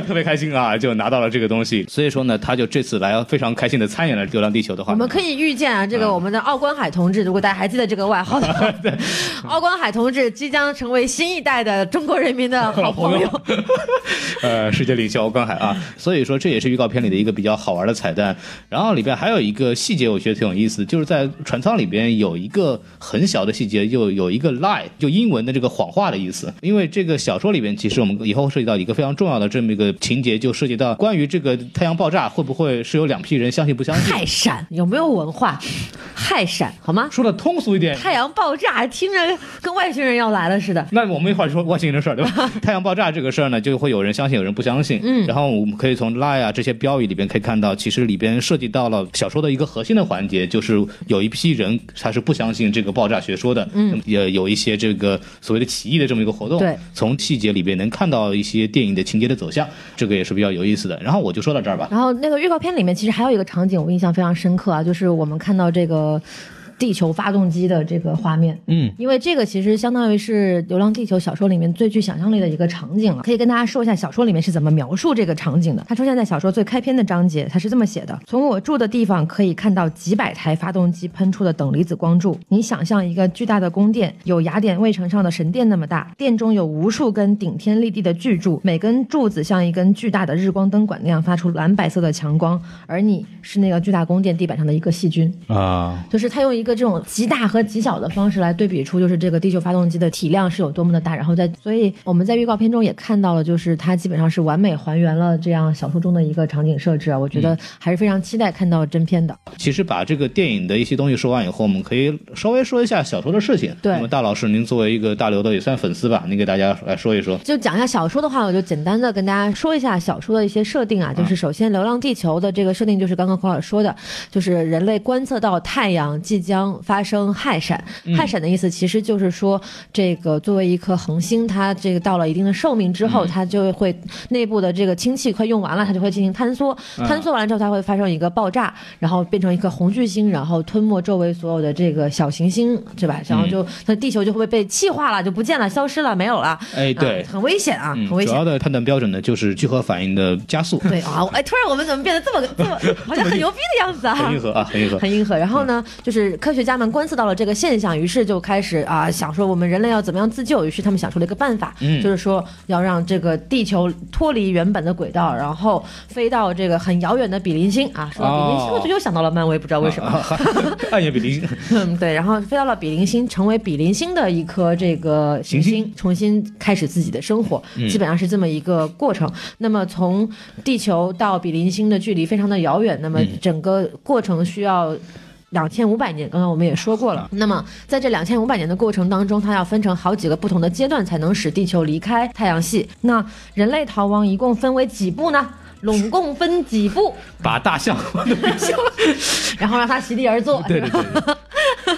特别开心啊，就拿到了这个东西。”所以说呢，他就这次来非常开心的参演了《流浪地球》的话，
我们可以预见啊，这
嗯
个我们的奥关海同志，如果大家还记得这个外号的 话，奥关海同志即将成为新一代的中国人民的好朋 友。
呃，世界领袖刚海啊，所以说这也是预告片里的一个比较好玩的彩蛋。然后里边还有一个细节，我觉得挺有意思，就是在船舱里边有一个很小的细节，就有一个 lie，就英文的这个谎话的意思。因为这个小说里边，其实我们以后涉及到一个非常重要的这么一个情节，就涉及到关于这个太阳爆炸会不会是有两批人相信不相信。
害闪有没有文化？害闪好吗？
说的通俗一 点，
太阳爆炸听着跟外星人要来了似的。
那我们一会儿说外星人的事儿，对 吧？太阳爆炸这个事儿呢，就会有人相信，有人不相信。嗯，然后我们可以从 lie 啊这些标语里边可以看到，其实里边涉及到了小说的一个核心的环节，就是有一批人他是不相信这个爆炸学说的。嗯，也有一些这个所谓的起义的这么一个活动。
对
从细节里边能看到一些电影的情节的走向，这个也是比较有意思的。然后我就说到这儿吧。
然后那个预告片里面其实还有一个场景我印象非常深刻啊，就是我们看到这个。地球发动机的这个画面。
嗯，
因为这个其实相当于是《流浪地球》小说里面最具想象力的一个场景了。可以跟大家说一下小说里面是怎么描述这个场景的。它出现在小说最开篇的章节，它是这么写的：从我住的地方可以看到几百台发动机喷出的等离子光柱。你想象一个巨大的宫殿，有雅典卫城上的神殿那么大，殿中有无数根顶天立地的巨柱，每根柱子像一根巨大的日光灯管那样发出蓝白色的强光，而你是那个巨大宫殿地板上的一个细菌。
啊，
就是他用一个这种极大和极小的方式来对比出，就是这个地球发动机的体量是有多么的大，然后在所以我们在预告片中也看到了，就是它基本上是完美还原了这样小说中的一个场景设置啊，我觉得还是非常期待看到真片的。
其实把这个电影的一些东西说完以后，我们可以稍微说一下小说的事情。
对
那么大老师，您作为一个大刘的也算粉丝吧，您给大家来说一说。
就讲一下小说的话，我就简单的跟大家说一下小说的一些设定啊。就是首先，《流浪地球》的这个设定就是刚刚孔老师说的， 就是人类观测到太阳即将发生氦闪。氦闪的意思其实就是说，这个作为一颗恒星，它这个到了一定的寿命之后，它就会内部的这个氢气快用完了，它就会进行坍缩。坍缩完了之后，它会发生一个爆炸，然后变成一颗红巨星，然后吞没周围所有的这个小行星，对吧？然后就那地球就会被气化了，就不见了，消失了，没有了。
哎，对
啊，很危险啊，
嗯，
很危
主
险。
要的判断标准呢就是聚合反应的加速。
对啊，我哎，突然我们怎么变得这么这么好像很牛逼的样子 啊？
很硬核啊，很硬核。嗯
很硬核。然后呢，就是科学家们观测到了这个现象，于是就开始啊想说我们人类要怎么样自救。于是他们想出了一个办法，
嗯
就是说要让这个地球脱离原本的轨道，然后飞到这个很遥远的比邻星啊。说到比邻星，
哦
我就又想到了漫威，不知道为什么。
暗夜比邻
嗯，对，然后飞到了比邻星，成为比邻星的一颗这个行
行
星，重新开始自己的生活，基本上是这么一个过程。那么从地球到比邻星的距离非常的遥远，那么整个过程需要。两千五百年，刚刚我们也说过了。那么，在这两千五百年的过程当中，它要分成好几个不同的阶段，才能使地球离开太阳系。那人类逃亡一共分为几步呢？拢共分几步？
把大象，
然后让它席地而坐。
对
是吧
对对，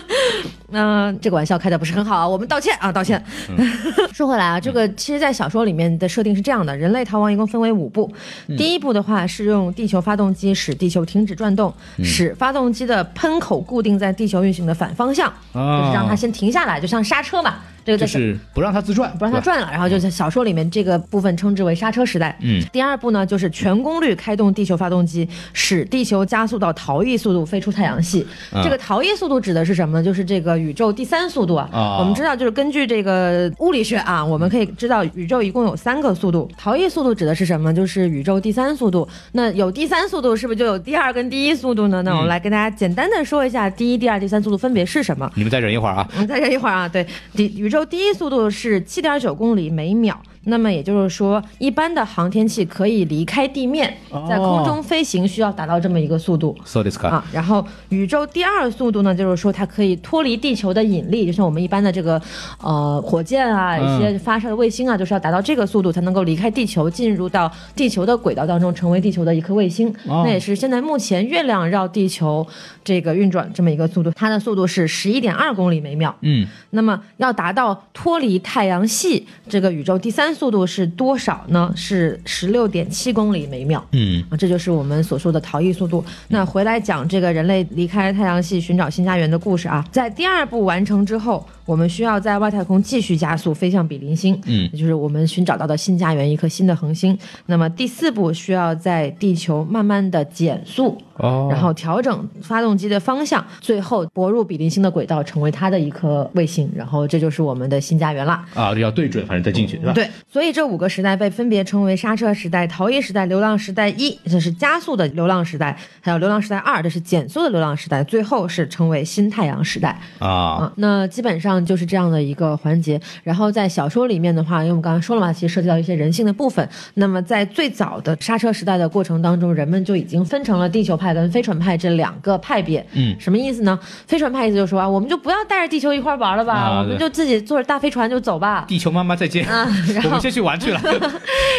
那、这个玩笑开的不是很好啊，我们道歉啊，道歉。
嗯
说回来啊，这个其实，在小说里面的设定是这样的：人类逃亡一共分为五步。
嗯
第一步的话是用地球发动机使地球停止转动，
嗯
使发动机的喷口固定在地球运行的反方向，
啊
就是让它先停下来，就像刹车嘛。这个
就
在
是不让它自转，
不让它
是吧。
转了，然后就在小说里面这个部分称之为刹车时代。
嗯，
第二步呢，就是全功率开动地球发动机，使地球加速到逃逸速度飞出太阳系。
嗯
这个逃逸速度指的是什么呢？就是这个宇宙第三速度啊。
啊
我们知道，就是根据这个物理学啊，我们可以知道宇宙一共有三个速度。逃逸速度指的是什么？就是宇宙第三速度。那有第三速度，是不是就有第二跟第一速度呢？那我
嗯
们来跟大家简单的说一下第一、第二、第三速度分别是什么。
你们再忍一会儿啊，
我们再忍一会儿啊。对，第宇宙第一速度是七点九公里每秒。那么也就是说，一般的航天器可以离开地面，在空中飞行需要达到这么一个速度。
so this
啊，然后宇宙第二速度呢，就是说它可以脱离地球的引力，就像我们一般的这个呃火箭啊，一些
嗯
发射的卫星啊，就是要达到这个速度才能够离开地球，进入到地球的轨道当中，成为地球的一颗卫星。
哦
那也是现在目前月亮绕地球这个运转这么一个速度，它的速度是十一点二公里每秒。
嗯，
那么要达到脱离太阳系这个宇宙第三速度是多少呢？是十六点七公里每秒。
嗯，
啊，这就是我们所说的逃逸速度。那回来讲这个人类离开太阳系寻找新家园的故事啊，在第二部完成之后，我们需要在外太空继续加速飞向比邻星，
嗯
也就是我们寻找到的新家园一颗新的恒星。那么第四步需要在地球慢慢的减速，
哦
然后调整发动机的方向，最后泊入比邻星的轨道，成为它的一颗卫星，然后这就是我们的新家园啦。
啊，要对准，反正再进去是吧？，
对，所以这五个时代被分别称为刹车时代、逃逸时代、流浪时代一，这是加速的流浪时代；还有流浪时代二，这是减速的流浪时代；最后是称为新太阳时代。
啊，
啊，那基本上就是这样的一个环节。然后在小说里面的话，因为我们刚刚说了嘛，其实涉及到一些人性的部分。那么在最早的刹车时代的过程当中，人们就已经分成了地球派跟飞船派这两个派别。
嗯
什么意思呢？飞船派意思就是说啊，我们就不要带着地球一块儿玩了吧，
啊
我
对
们就自己坐着大飞船就走吧。
地球妈妈再见，
啊，然
我
后
们先去玩去了。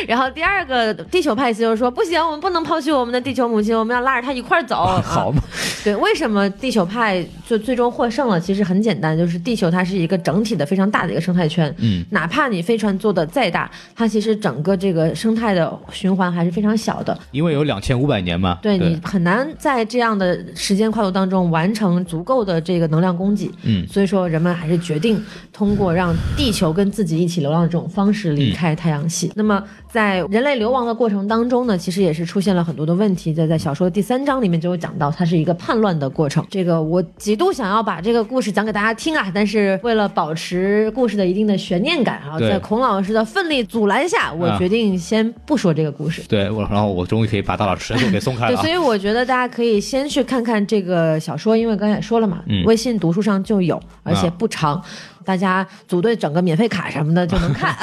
然后第二个地球派系就是说，不行，我们不能抛弃我们的地球母亲，我们要拉着她一块儿走。
好
啊
嘛，
对，为什么地球派就最终获胜了？其实很简单，就是地球它它是一个整体的非常大的一个生态圈。
嗯，
哪怕你飞船做的再大，它其实整个这个生态的循环还是非常小的。
因为有两千五百年嘛，
对你很难在这样的时间跨度当中完成足够的这个能量供给，
嗯
所以说人们还是决定通过让地球跟自己一起流浪的这种方式离开太阳系。那么在人类流亡的过程当中呢，其实也是出现了很多的问题，在在小说第三章里面就有讲到，它是一个叛乱的过程。这个我极度想要把这个故事讲给大家听啊，但是为了保持故事的一定的悬念感啊，
对
在孔老师的奋力阻拦下，我
啊
决定先不说这个故事。
对，我然后我终于可以把大老师给松开
对，
了、 啊
所。以我觉得大家可以先去看看这个小说，因为刚才也说了嘛，
嗯
微信读书上就有，而且
啊
不长，大家组队整个免费卡什么的就 能看。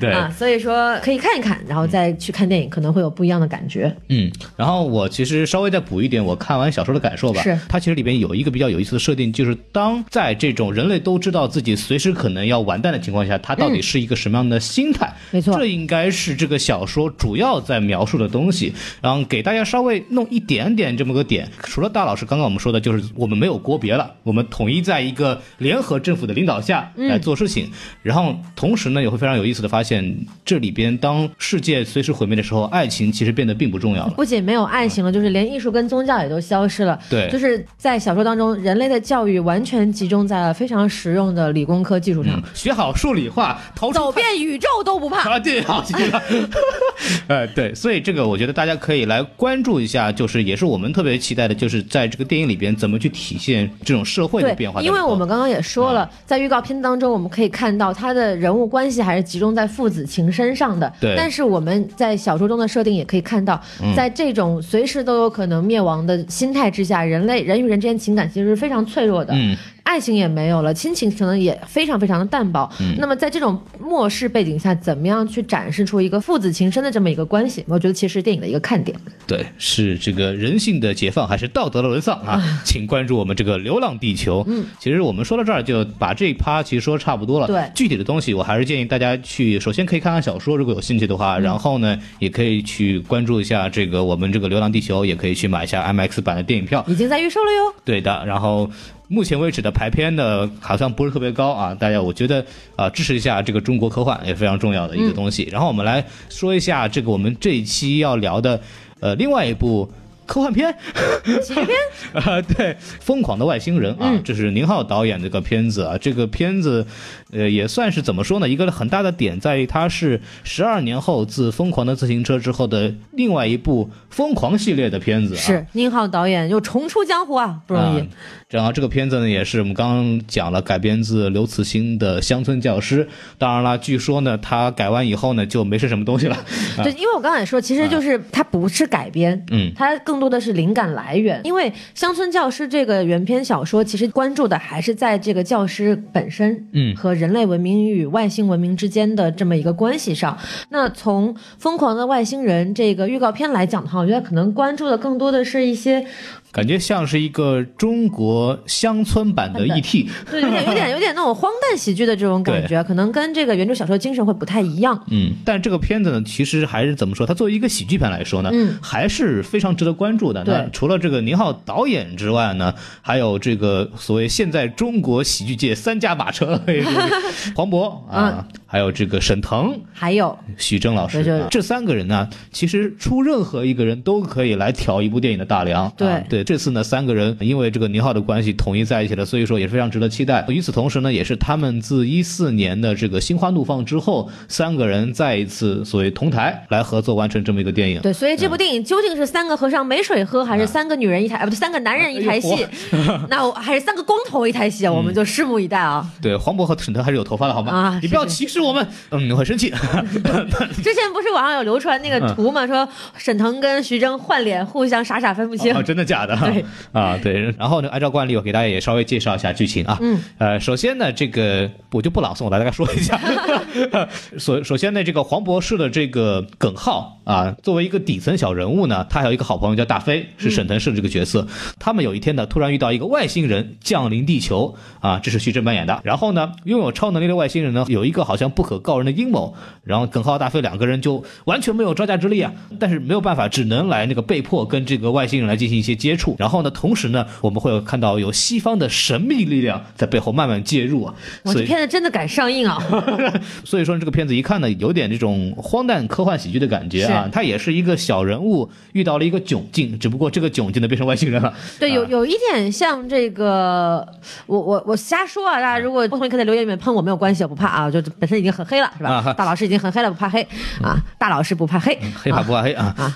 对
啊，所以说可以看一看，然后再去看电影，可能会有不一样的感觉。
嗯，然后我其实稍微再补一点我看完小说的感受吧。
是
它其实里边有一个比较有意思的设定，就是当在这种人类都知道自己随时可能要完蛋的情况下，他到底是一个什么样的心态？
没错
这应该是这个小说主要在描述的东西。然后给大家稍微弄一点点这么个点，除了大老师刚刚我们说的，就是我们没有国别了，我们统一在一个联合政府的领导下来做事情。然后同时呢，也会非常有意思的发现，这里边当世界随时毁灭的时候，爱情其实变得并不重要了。
不仅没有爱情了，就是连艺术跟宗教也都消失了。
对
就是在小说当中，人类的教育完全集中在了非常实用的理工科技术上，
嗯学好数理化，逃
走
出
遍宇宙都不 怕。
啊，对，好极了。呃，对，所以这个我觉得大家可以来关注一下，就是也是我们特别期待的，就是在这个电影里边怎么去体现这种社会
对，
的嗯变化在里
因
头。
为我们刚刚也说了，在预告片当中，我们可以看到他的人物关系还是集中在父子情身上的。
对嗯
但是我们在小说中的设定也可以看到，在这种随时都有可能灭亡的心态之下，人类人与人之间情感其实是非常脆弱的。
嗯
爱情也没有了，亲情可能也非常非常的淡薄。
嗯
那么在这种末世背景下，怎么样去展示出一个父子情深的这么一个关系？我觉得其实是电影的一个看点。
对，是这个人性的解放还是道德的沦丧 啊？请关注我们这个《流浪地球》。嗯，其实我们说到这儿就把这一趴其实说差不多了。
对
具体的东西我还是建议大家去，首先可以看看小说，如果有兴趣的
嗯
话，然后呢也可以去关注一下这个我们这个《流浪地球》，也可以去买一下 IMAX 版的电影票。
已经在预售了哟。
对的，然后目前为止的排片呢，好像不是特别高啊。大家我觉得啊、支持一下这个中国科幻也非常重要的一个东西。然后我们来说一下这个我们这一期要聊的呃另外一部。科幻片，
喜剧片
啊、对，《疯狂的外星人》啊，这是宁浩导演这个片子啊，这个片子，呃，也算是怎么说呢？一个很大的点在于，它是十二年后自《疯狂的自行车》之后的另外一部疯狂系列的片子啊，
是宁浩导演又重出江湖啊，不容易。
啊然后这个片子呢，也是我们刚刚讲了，改编自刘慈欣的《乡村教师》。当然了，据说呢，他改完以后呢，就没是什么东西了。 啊
对，因为我刚才也说，其实就是它不是改编，
嗯
它更多的是灵感来源。因为《乡村教师》这个原篇小说，其实关注的还是在这个教师本身，
嗯
和人类文明与外星文明之间的这么一个关系上。那从《疯狂的外星人》这个预告片来讲的话，我觉得可能关注的更多的是一些，
感觉像是一个中国乡村版的 E ET。
对，有 点有点有点那种荒诞喜剧的这种感觉，可能跟这个原著小说精神会不太一样。
嗯，但这个片子呢，其实还是怎么说？它作为一个喜剧片来说呢，
嗯
还是非常值得关注的。
对
那除了这个宁浩导演之外呢，还有这个所谓现在中国喜剧界三驾马车， 哎黄 渤
嗯
啊，还有这个沈腾，
还有，
徐峥老师
对就是
啊，这三个人呢，其实出任何一个人都可以来挑一部电影的大梁。
对
啊对，这次呢，三个人因为这个宁浩的关系统一在一起了，所以说也是非常值得期待。与此同时呢，也是他们自一四年的这个《心花怒放》之后，三个人再一次所谓同台来合作完成这么一个电影。
对，所以这部电影究竟是三个和尚没水喝，
嗯
还是三个女人 一台，啊，不对，三个男人一台
哎
戏？ 那我还是三个光头一台戏，啊，我
嗯
们就拭目以 待啊！
对，黄渤和沈腾还是有头发的好吗？
啊
你不要
是是
歧视我们，嗯，我很 生气。
之前不是网上有流传那个图嘛，说沈腾跟徐峥换脸，互相傻傻分不清
啊，。真的假的？
对
啊，对。然后呢，按照惯例，我给大家也稍微介绍一下剧情啊。
嗯。
呃，首先呢，这个我就不朗诵，我来大概说一 下。首首先呢，这个黄渤饰的这个耿浩啊，作为一个底层小人物呢，他还有一个好朋友叫大飞，是沈腾饰的这个角色。他们有一天呢，突然遇到一个外星人降临地球啊，这是徐峥扮演的。然后呢，拥有超能力的外星人呢，有一个好像不可告人的阴谋。然后耿浩、大飞两个人就完全没有招架之力啊，但是没有办法，只能来那个被迫跟这个外星人来进行一些接触。然后呢，同时呢，我们会有看到有西方的神秘力量在背后慢慢介入啊，
我
所
这
以
片子真的敢上 映啊！
所以说这个片子一看呢，有点这种荒诞科幻喜剧的感觉啊
是。
它也是一个小人物遇到了一个窘境，只不过这个窘境呢变成外星人了。
对，有
啊
有一点像这个，我我我瞎说啊，大
嗯
家如果不同意，可以在留言里面喷我，没有关系，我不怕啊，就本身已经很黑了，是吧？
啊哈嗯
大老师已经很黑了，不怕黑啊，大老师不怕黑，
黑怕不怕黑啊？
啊，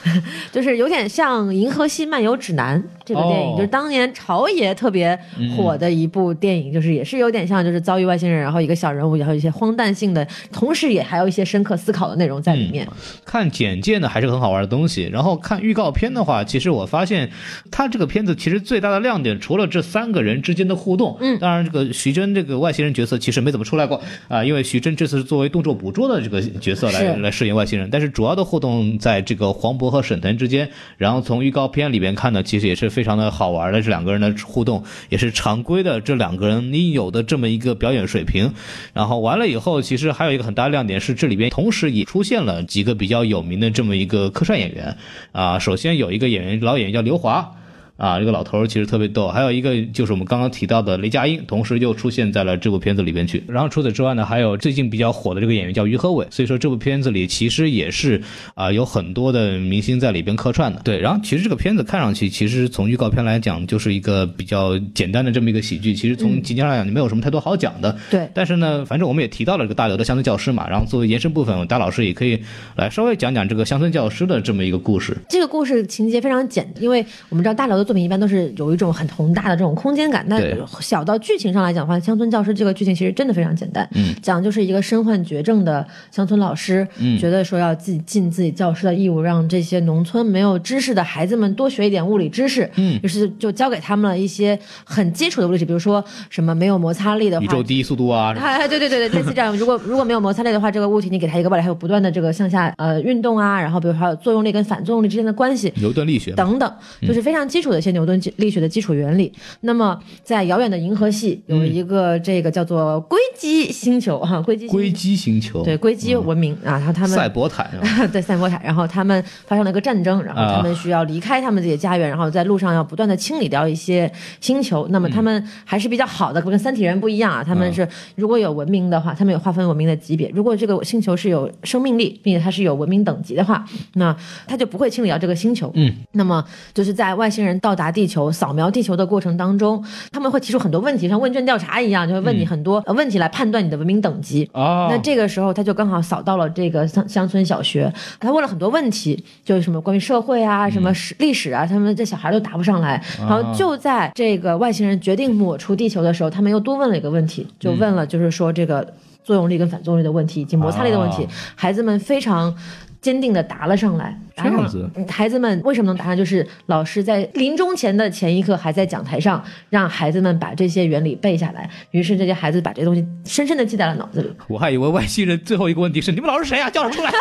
就是有点像《银河系漫游指南》这个电影，
哦
就是当年朝爷特别火的一部电影，就是也是有点像，就是遭遇外星人，然后一个小人物，然后一些荒诞性的，同时也还有一些深刻思考的内容在里面。
看简介呢还是个很好玩的东西，然后看预告片的话，其实我发现它这个片子其实最大的亮点，除了这三个人之间的互动，嗯，当然这个徐峥这个外星人角色其实没怎么出来过啊、因为徐峥这次是作为动作捕捉的这个角色来
是
来饰演外星人，但是主要的互动在这个黄渤和沈腾之间，然后从预告片里边看呢，其实也是非常的好玩的，这两个人的互动也是常规的这两个人应有的这么一个表演水平，然后完了以后，其实还有一个很大的亮点是，这里边同时也出现了几个比较有名的这么一个客串演员啊。首先有一个演员老演员叫刘华。啊，这个老头儿其实特别逗，还有一个就是我们刚刚提到的雷佳音，同时又出现在了这部片子里边去。然后除此之外呢，还有最近比较火的这个演员叫于和伟，所以说这部片子里其实也是啊、有很多的明星在里边客串的。对，然后其实这个片子看上去，其实从预告片来讲，就是一个比较简单的这么一个喜剧，其实从情节上来讲，没有什么太多好讲的。
对
但是呢，反正我们也提到了这个大刘的乡村教师嘛，然后作为延伸部分，大老师也可以来稍微讲讲这个乡村教师的这么一个故事。
这个故事情节非常简，因为我们知道大刘的作品一般都是有一种很宏大的这种空间感，但
对啊
小到剧情上来讲的话，《乡村教师》这个剧情其实真的非常简单，
嗯
讲就是一个身患绝症的乡村老师，
嗯
觉得说要自己尽自己教师的义务，让这些农村没有知识的孩子们多学一点物理知识，
嗯
于是就教给他们了一些很基础的物理知识，比如说什么没有摩擦力的
宇
话
宙，第一速度 啊，什么
哎，哎对对对对，类似这样。如果如果没有摩擦力的话，这个物体你给它一个暴力，还有不断的这个向下呃运动啊，然后比如说还有作用力跟反作用力之间的关系。
牛顿力学嘛。
等等，就是非常基础的一些牛顿力学的基础原理。那么，在遥远的银河系有一个这个叫做硅基星球哈，硅基星
硅基星球，
对硅基文明啊，然后他们
赛博坦是 吧啊
对赛博塔，然后他们发生了一个战争，然后他们需要离开他们自己的家园，然后在路上要不断的清理掉一些星球。那么
嗯
他们还是比较好的，跟三体人不一样啊。他们是如果有文明的话，他们有划分文明的级别。如果这个星球是有生命力，并且它是有文明等级的话，那它就不会清理掉这个星球。
嗯，
那么就是在外星人到达地球、扫描地球的过程当中，他们会提出很多问题，像问卷调查一样，就会问你
嗯
很多呃问题来判断你的文明等级。
哦
那这个时候他就刚好扫到了这个乡乡村小学，他问了很多问题，就是什么关于社会啊、
嗯
什么史历史啊，他们这小孩都答不上来。
啊
然后就在这个外星人决定抹除地球的时候，他们又多问了一个问题，就问
嗯
了就是说这个作用力跟反作用力的问题，以及摩擦力的问题。
啊
孩子们非常。坚定的答了上来，
这样子
嗯孩子们为什么能答上？就是老师在临终前的前一刻还在讲台上，让孩子们把这些原理背下来。于是这些孩子把这东西深深的记在了脑子里。
我还以为外星人最后一个问题是你们老师谁啊？叫什么出来？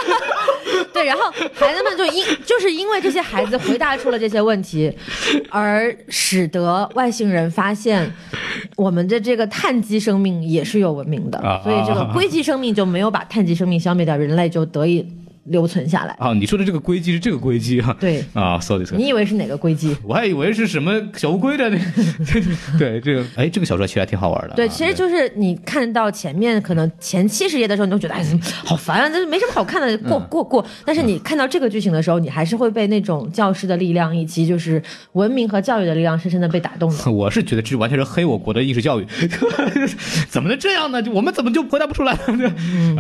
对，然后孩子们就因就是因为这些孩子回答出了这些问题，而使得外星人发现我们的这个碳基生命也是有文明的，
啊
所以这个硅基生命就没有把碳基生命消灭掉，人类就得以留存下来。
啊，你说的这个硅基是这个硅基啊？
对
啊，sorry sorry。
你以为是哪个硅基？
我还以为是什么小乌龟的 那，对这个，哎，这个小说其实还挺好玩的啊。
对，其实就是你看到前面可能前七十页的时候，你都觉得哎，怎么好烦啊，这没什么好看的，过
嗯
过过。但是你看到这个剧情的时候，你还是会被那种教师的力量以及就是文明和教育的力量深深的被打动 的。
我是觉得这完全是黑我国的应试教育， 怎么能这样呢？就我们怎么就回答不出来呢？ 对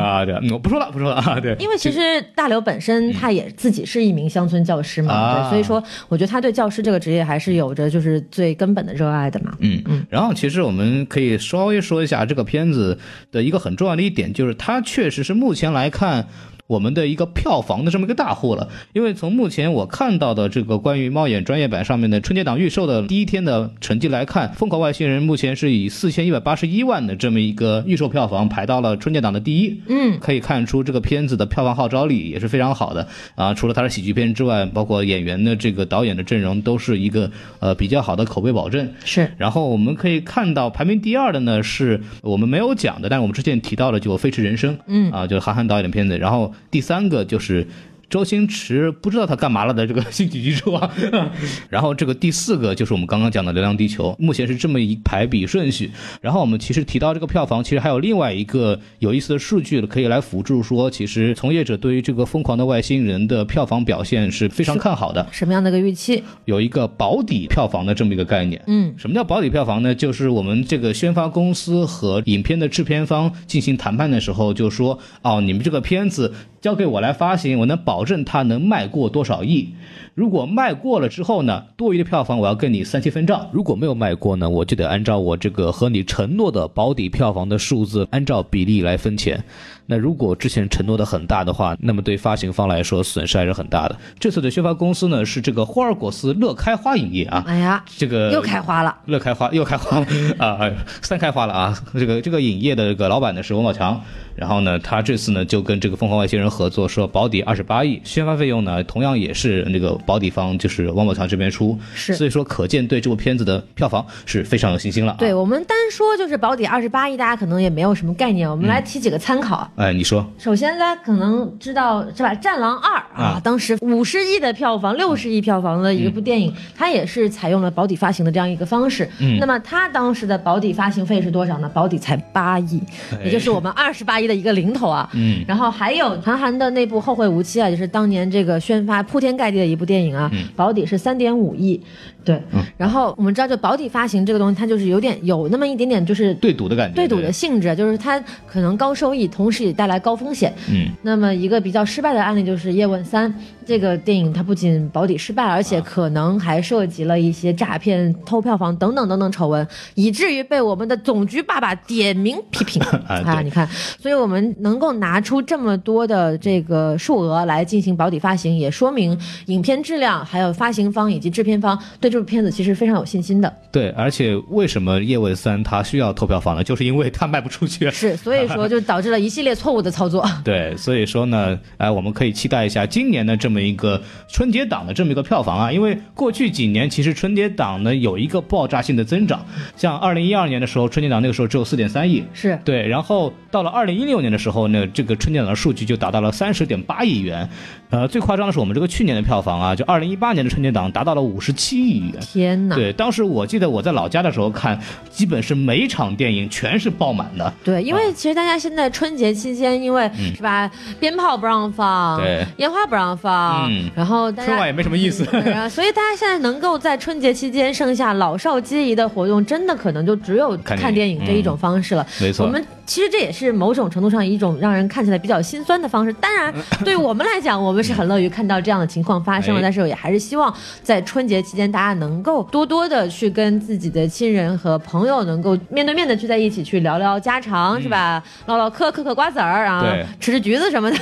啊，对，嗯我不说了，不说了啊，对，
因为其实大刘本身他也自己是一名乡村教师嘛，
嗯啊
对，所以说我觉得他对教师这个职业还是有着就是最根本的热爱的嘛。
嗯嗯。然后其实我们可以稍微说一下这个片子的一个很重要的一点，就是它确实是目前来看。我们的一个票房的这么一个大户了。因为从目前我看到的这个关于猫眼专业版上面的春节档预售的第一天的成绩来看，《疯狂外星人》目前是以四千一百八十一万的这么一个预售票房排到了春节档的第一。
嗯，
可以看出这个片子的票房号召力也是非常好的啊。除了它是喜剧片之外，包括演员的这个导演的阵容都是一个呃比较好的口碑保证。
是
然后我们可以看到排名第二的呢是我们没有讲的，但是我们之前提到的就《飞驰人生》，
嗯
啊，就是韩寒导演的片子。然后第三个就是。周星驰不知道他干嘛了的这个新喜剧之王， 然后这个第四个就是我们刚刚讲的《流浪地球》，目前是这么一排比顺序。然后我们其实提到这个票房，其实还有另外一个有意思的数据可以来辅助说，其实从业者对于这个《疯狂的外星人》的票房表现是非常看好的。
什么样的一个预期？
有一个保底票房的这么一个概念。
嗯，
什么叫保底票房呢？就是我们这个宣发公司和影片的制片方进行谈判的时候，就说哦，你们这个片子交给我来发行，我能保证它能卖过多少亿。如果卖过了之后呢，多余的票房我要跟你三七分账。
如果没有卖过呢，我就得按照我这个和你承诺的保底票房的数字，按照比例来分钱。那如果之前承诺的很大的话，那么对发行方来说损失还是很大的。
这次的宣发公司呢是这个霍尔果斯乐开花影业啊，
哎呀，
这个
又开花了。
乐开花又开花了 啊、哎三开花了啊！这个这个影业的这个老板呢是王宝强，然后呢，他这次呢就跟这个疯狂外星人合作，说保底二十八亿，宣发费用呢同样也是那个保底方就是王宝强这边出，
是
所以说可见对这部片子的票房是非常有信心了、啊。
对，我们单说就是保底二十八亿，大家可能也没有什么概念。我
嗯
们来提几个参考。
哎，你说
首先，大家可能知道是吧，《战狼二》啊，
啊
当时五十亿的票房、六十亿票房的一部电影，它也是采用了保底发行的这样一个方式。那么它当时的保底发行费是多少呢？保底才八亿，也就是我们二十八亿的一个零头啊。嗯。然后还有韩寒的那部《后会无期》啊，也是当年这个宣发铺天盖地的一部电影啊，保底是三点五亿。对。然后我们知道，就保底发行这个东西，它就是有点有那么一点点就是
对赌的感觉，
对赌的性质，就是它可能高收益，同时也带来高风险。
嗯，
那么一个比较失败的案例就是《叶问三》这个电影，它不仅保底失败，而
啊
且可能还涉及了一些诈骗、偷票房等等等等丑闻，以至于被我们的总局爸爸点名批评
啊对
你看，所以我们能够拿出这么多的这个数额来进行保底发行，也说明影片质量、还有发行方以及制片方对这部片子其实非常有信心的。
对，而且为什么《叶问三》它需要投票房呢？就是因为它卖不出去。啊
是，所以说就导致了一系列错误的操作。
对，所以说呢，哎，我们可以期待一下今年的这么一个春节档的这么一个票房啊，因为过去几年其实春节档呢有一个爆炸性的增长，像二零一二年的时候，春节档那个时候只有四点三亿。
是，
对，然后到了二零一六年的时候呢，这个春节档的数据就达到了三十点八亿元，呃，最夸张的是我们这个去年的票房啊，就二零一八年的春节档达到了五十七亿元，
天哪！
对，当时我记得我在老家的时候看，基本是每一场电影全是爆满的。
对，
嗯
因为其实大家现在春节期间，因为、是吧，鞭炮不让放
对，
烟花不让放，
嗯
然后大
春晚
家
也。没什么意思。
对 啊，所以大家现在能够在春节期间剩下老少皆宜的活动，真的可能就只有
看电影嗯
看电影这一种方式了。
没错
我们其实这也是某种程度上一种让人看起来比较心酸的方式。当然， 对于我们来讲，我们是很乐于看到这样的情况发生
嗯
了，
哎
但是也还是希望在春节期间，大家能够多多的去跟自己的亲人和朋友能够面对面的聚在一起，去聊聊家常，是吧？唠唠嗑，嗑嗑瓜子儿啊
嗯对，
吃吃橘子什么的。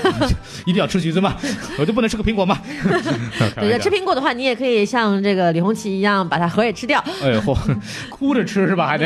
一定要吃橘子 吗？我就不能吃个苹果吗？
对
开玩笑
吃苹果的话，你也可以像这个李红旗一样，把它核也吃掉。
哎呦，嚯哭着吃是吧？还 得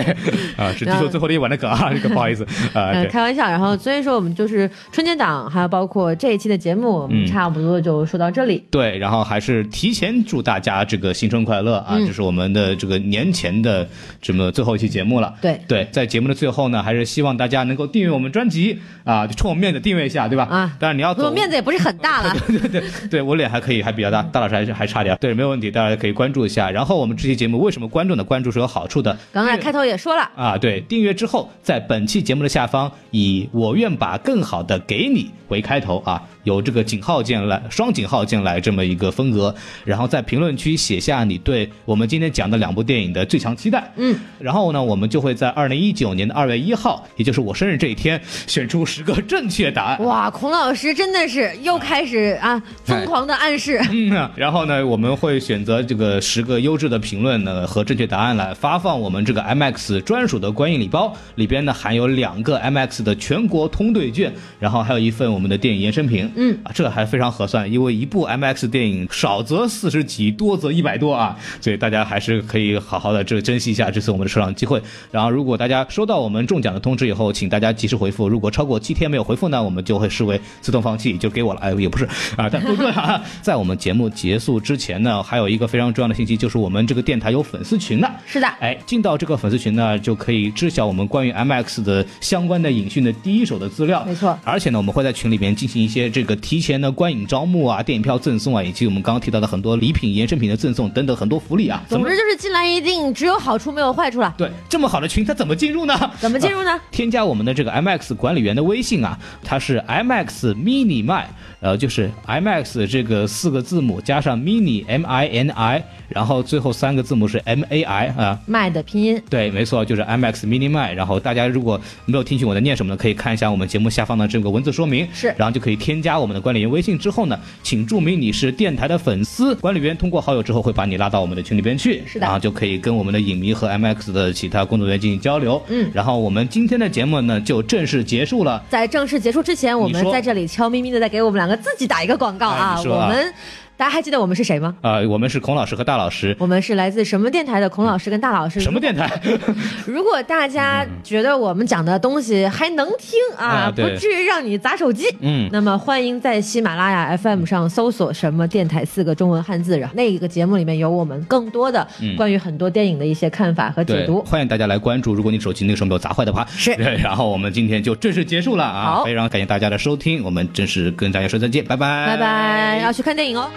啊，是地球最后的一晚的梗啊，这个不好意思啊，
嗯，
对。
开玩笑。然后，所以说我们就是春节档，还有包括这一期的节目，我
嗯
们差不多就说到这里。
对，然后还是提前祝大家这个新春快乐
嗯
啊！这是我们的这个年前的这么最后一期节目了。
对
对，在节目的最后呢，还是希望大家能够订阅我们专辑啊，就冲我们面子订阅一下，对吧？
啊
当然你要
我
走
面子也不是很大了，
对我脸还可以，还比较大，大老师还是还差点。对，没有问题，大家可以关注一下。然后我们这期节目为什么关注呢？关注是有好处的
刚才开头也说 了，
啊。对，订阅之后，在本期节目的下方以“我愿把更好的给你”为开头啊，有这个井号键来双井号键来这么一个风格。然后在评论区写下你对我们今天讲的两部电影的最强期待。
嗯，
然后呢，我们就会在二零一九年的二月一号，也就是我生日这一天，选出十个正确答案。
哇，孔老师真的是又开始啊
哎
疯狂的暗示，
嗯啊，然后呢，我们会选择这个十个优质的评呃论呢和正确答案来发放我们这个 MX 专属的观影礼包，里边呢含有两个 MX 的全国通兑券，然后还有一份我们的电影延伸评。
嗯
啊，这还非常合算，因为一部 MX 电影少则四十集，多则一百多啊，所以大家还是可以好好的这个珍惜一下这次我们的抽奖机会。然后，如果大家收到我们中奖的通知以后，请大家及时回复，如果超过七天没有回复呢，我们就会视为自动放弃，就给我了。哎， 也不是啊，但不重要啊。在我们节目结束之前呢，还有一个非常重要的信息，就是我们这个电台有粉丝群了。
是的，
哎，进到这个粉丝群呢，就可以知晓我们关于 MX 的相关的影讯的第一手的资料。
没错
而且呢，我们会在群里面进行一些这个提前的观影招募啊、电影票赠送啊，以及我们刚刚提到的很多礼品、衍生品的赠送等等很多福利啊。怎
总
么
之就是进来一定只有好处没有坏处了。
对这么好的群，它怎么进入呢？
怎么进入呢？
添加我们的这个 MX 管理员的微信啊，他是 MX mini 麦，呃，就是 MX 这个四个字母加上 mini M I N I，然后最后三个字母是 M A I 啊、
麦的拼音，
对，没错，就是 MX Mini 麦。然后大家如果没有听清我在念什么呢，可以看一下我们节目下方的这个文字说明，
是
然后就可以添加我们的管理员微信。之后呢，请注明你是电台的粉丝，管理员通过好友之后会把你拉到我们的群里边去，
是的
然后就可以跟我们的影迷和 MX 的其他工作人员进行交流。
嗯
然后我们今天的节目呢就正式结束了。
在正式结束之前，我
你
们
说
在这里悄咪咪的再给我们两个自己打一个广告啊！
哎你说
我
啊
们大家还记得我们是谁吗？
啊、我们是孔老师和大老 师，
我们是来自什么电台的孔老师跟大老师？
什么电台？
如果大家觉得我们讲的东西还能听啊，
嗯啊
不
对
至于让你砸手机，
嗯
那么欢迎在喜马拉雅 FM 上搜索“什么电台”四个中文汉字，然后那个节目里面有我们更多的
嗯
关于很多电影的一些看法和解
对，
读。
欢迎大家来关注。如果你手机那个时候没有砸坏的话，
是
然后我们今天就正式结束了啊！
好
非常感谢大家的收听，我们正式跟大家说再见，拜拜，
拜拜，要去看电影哦。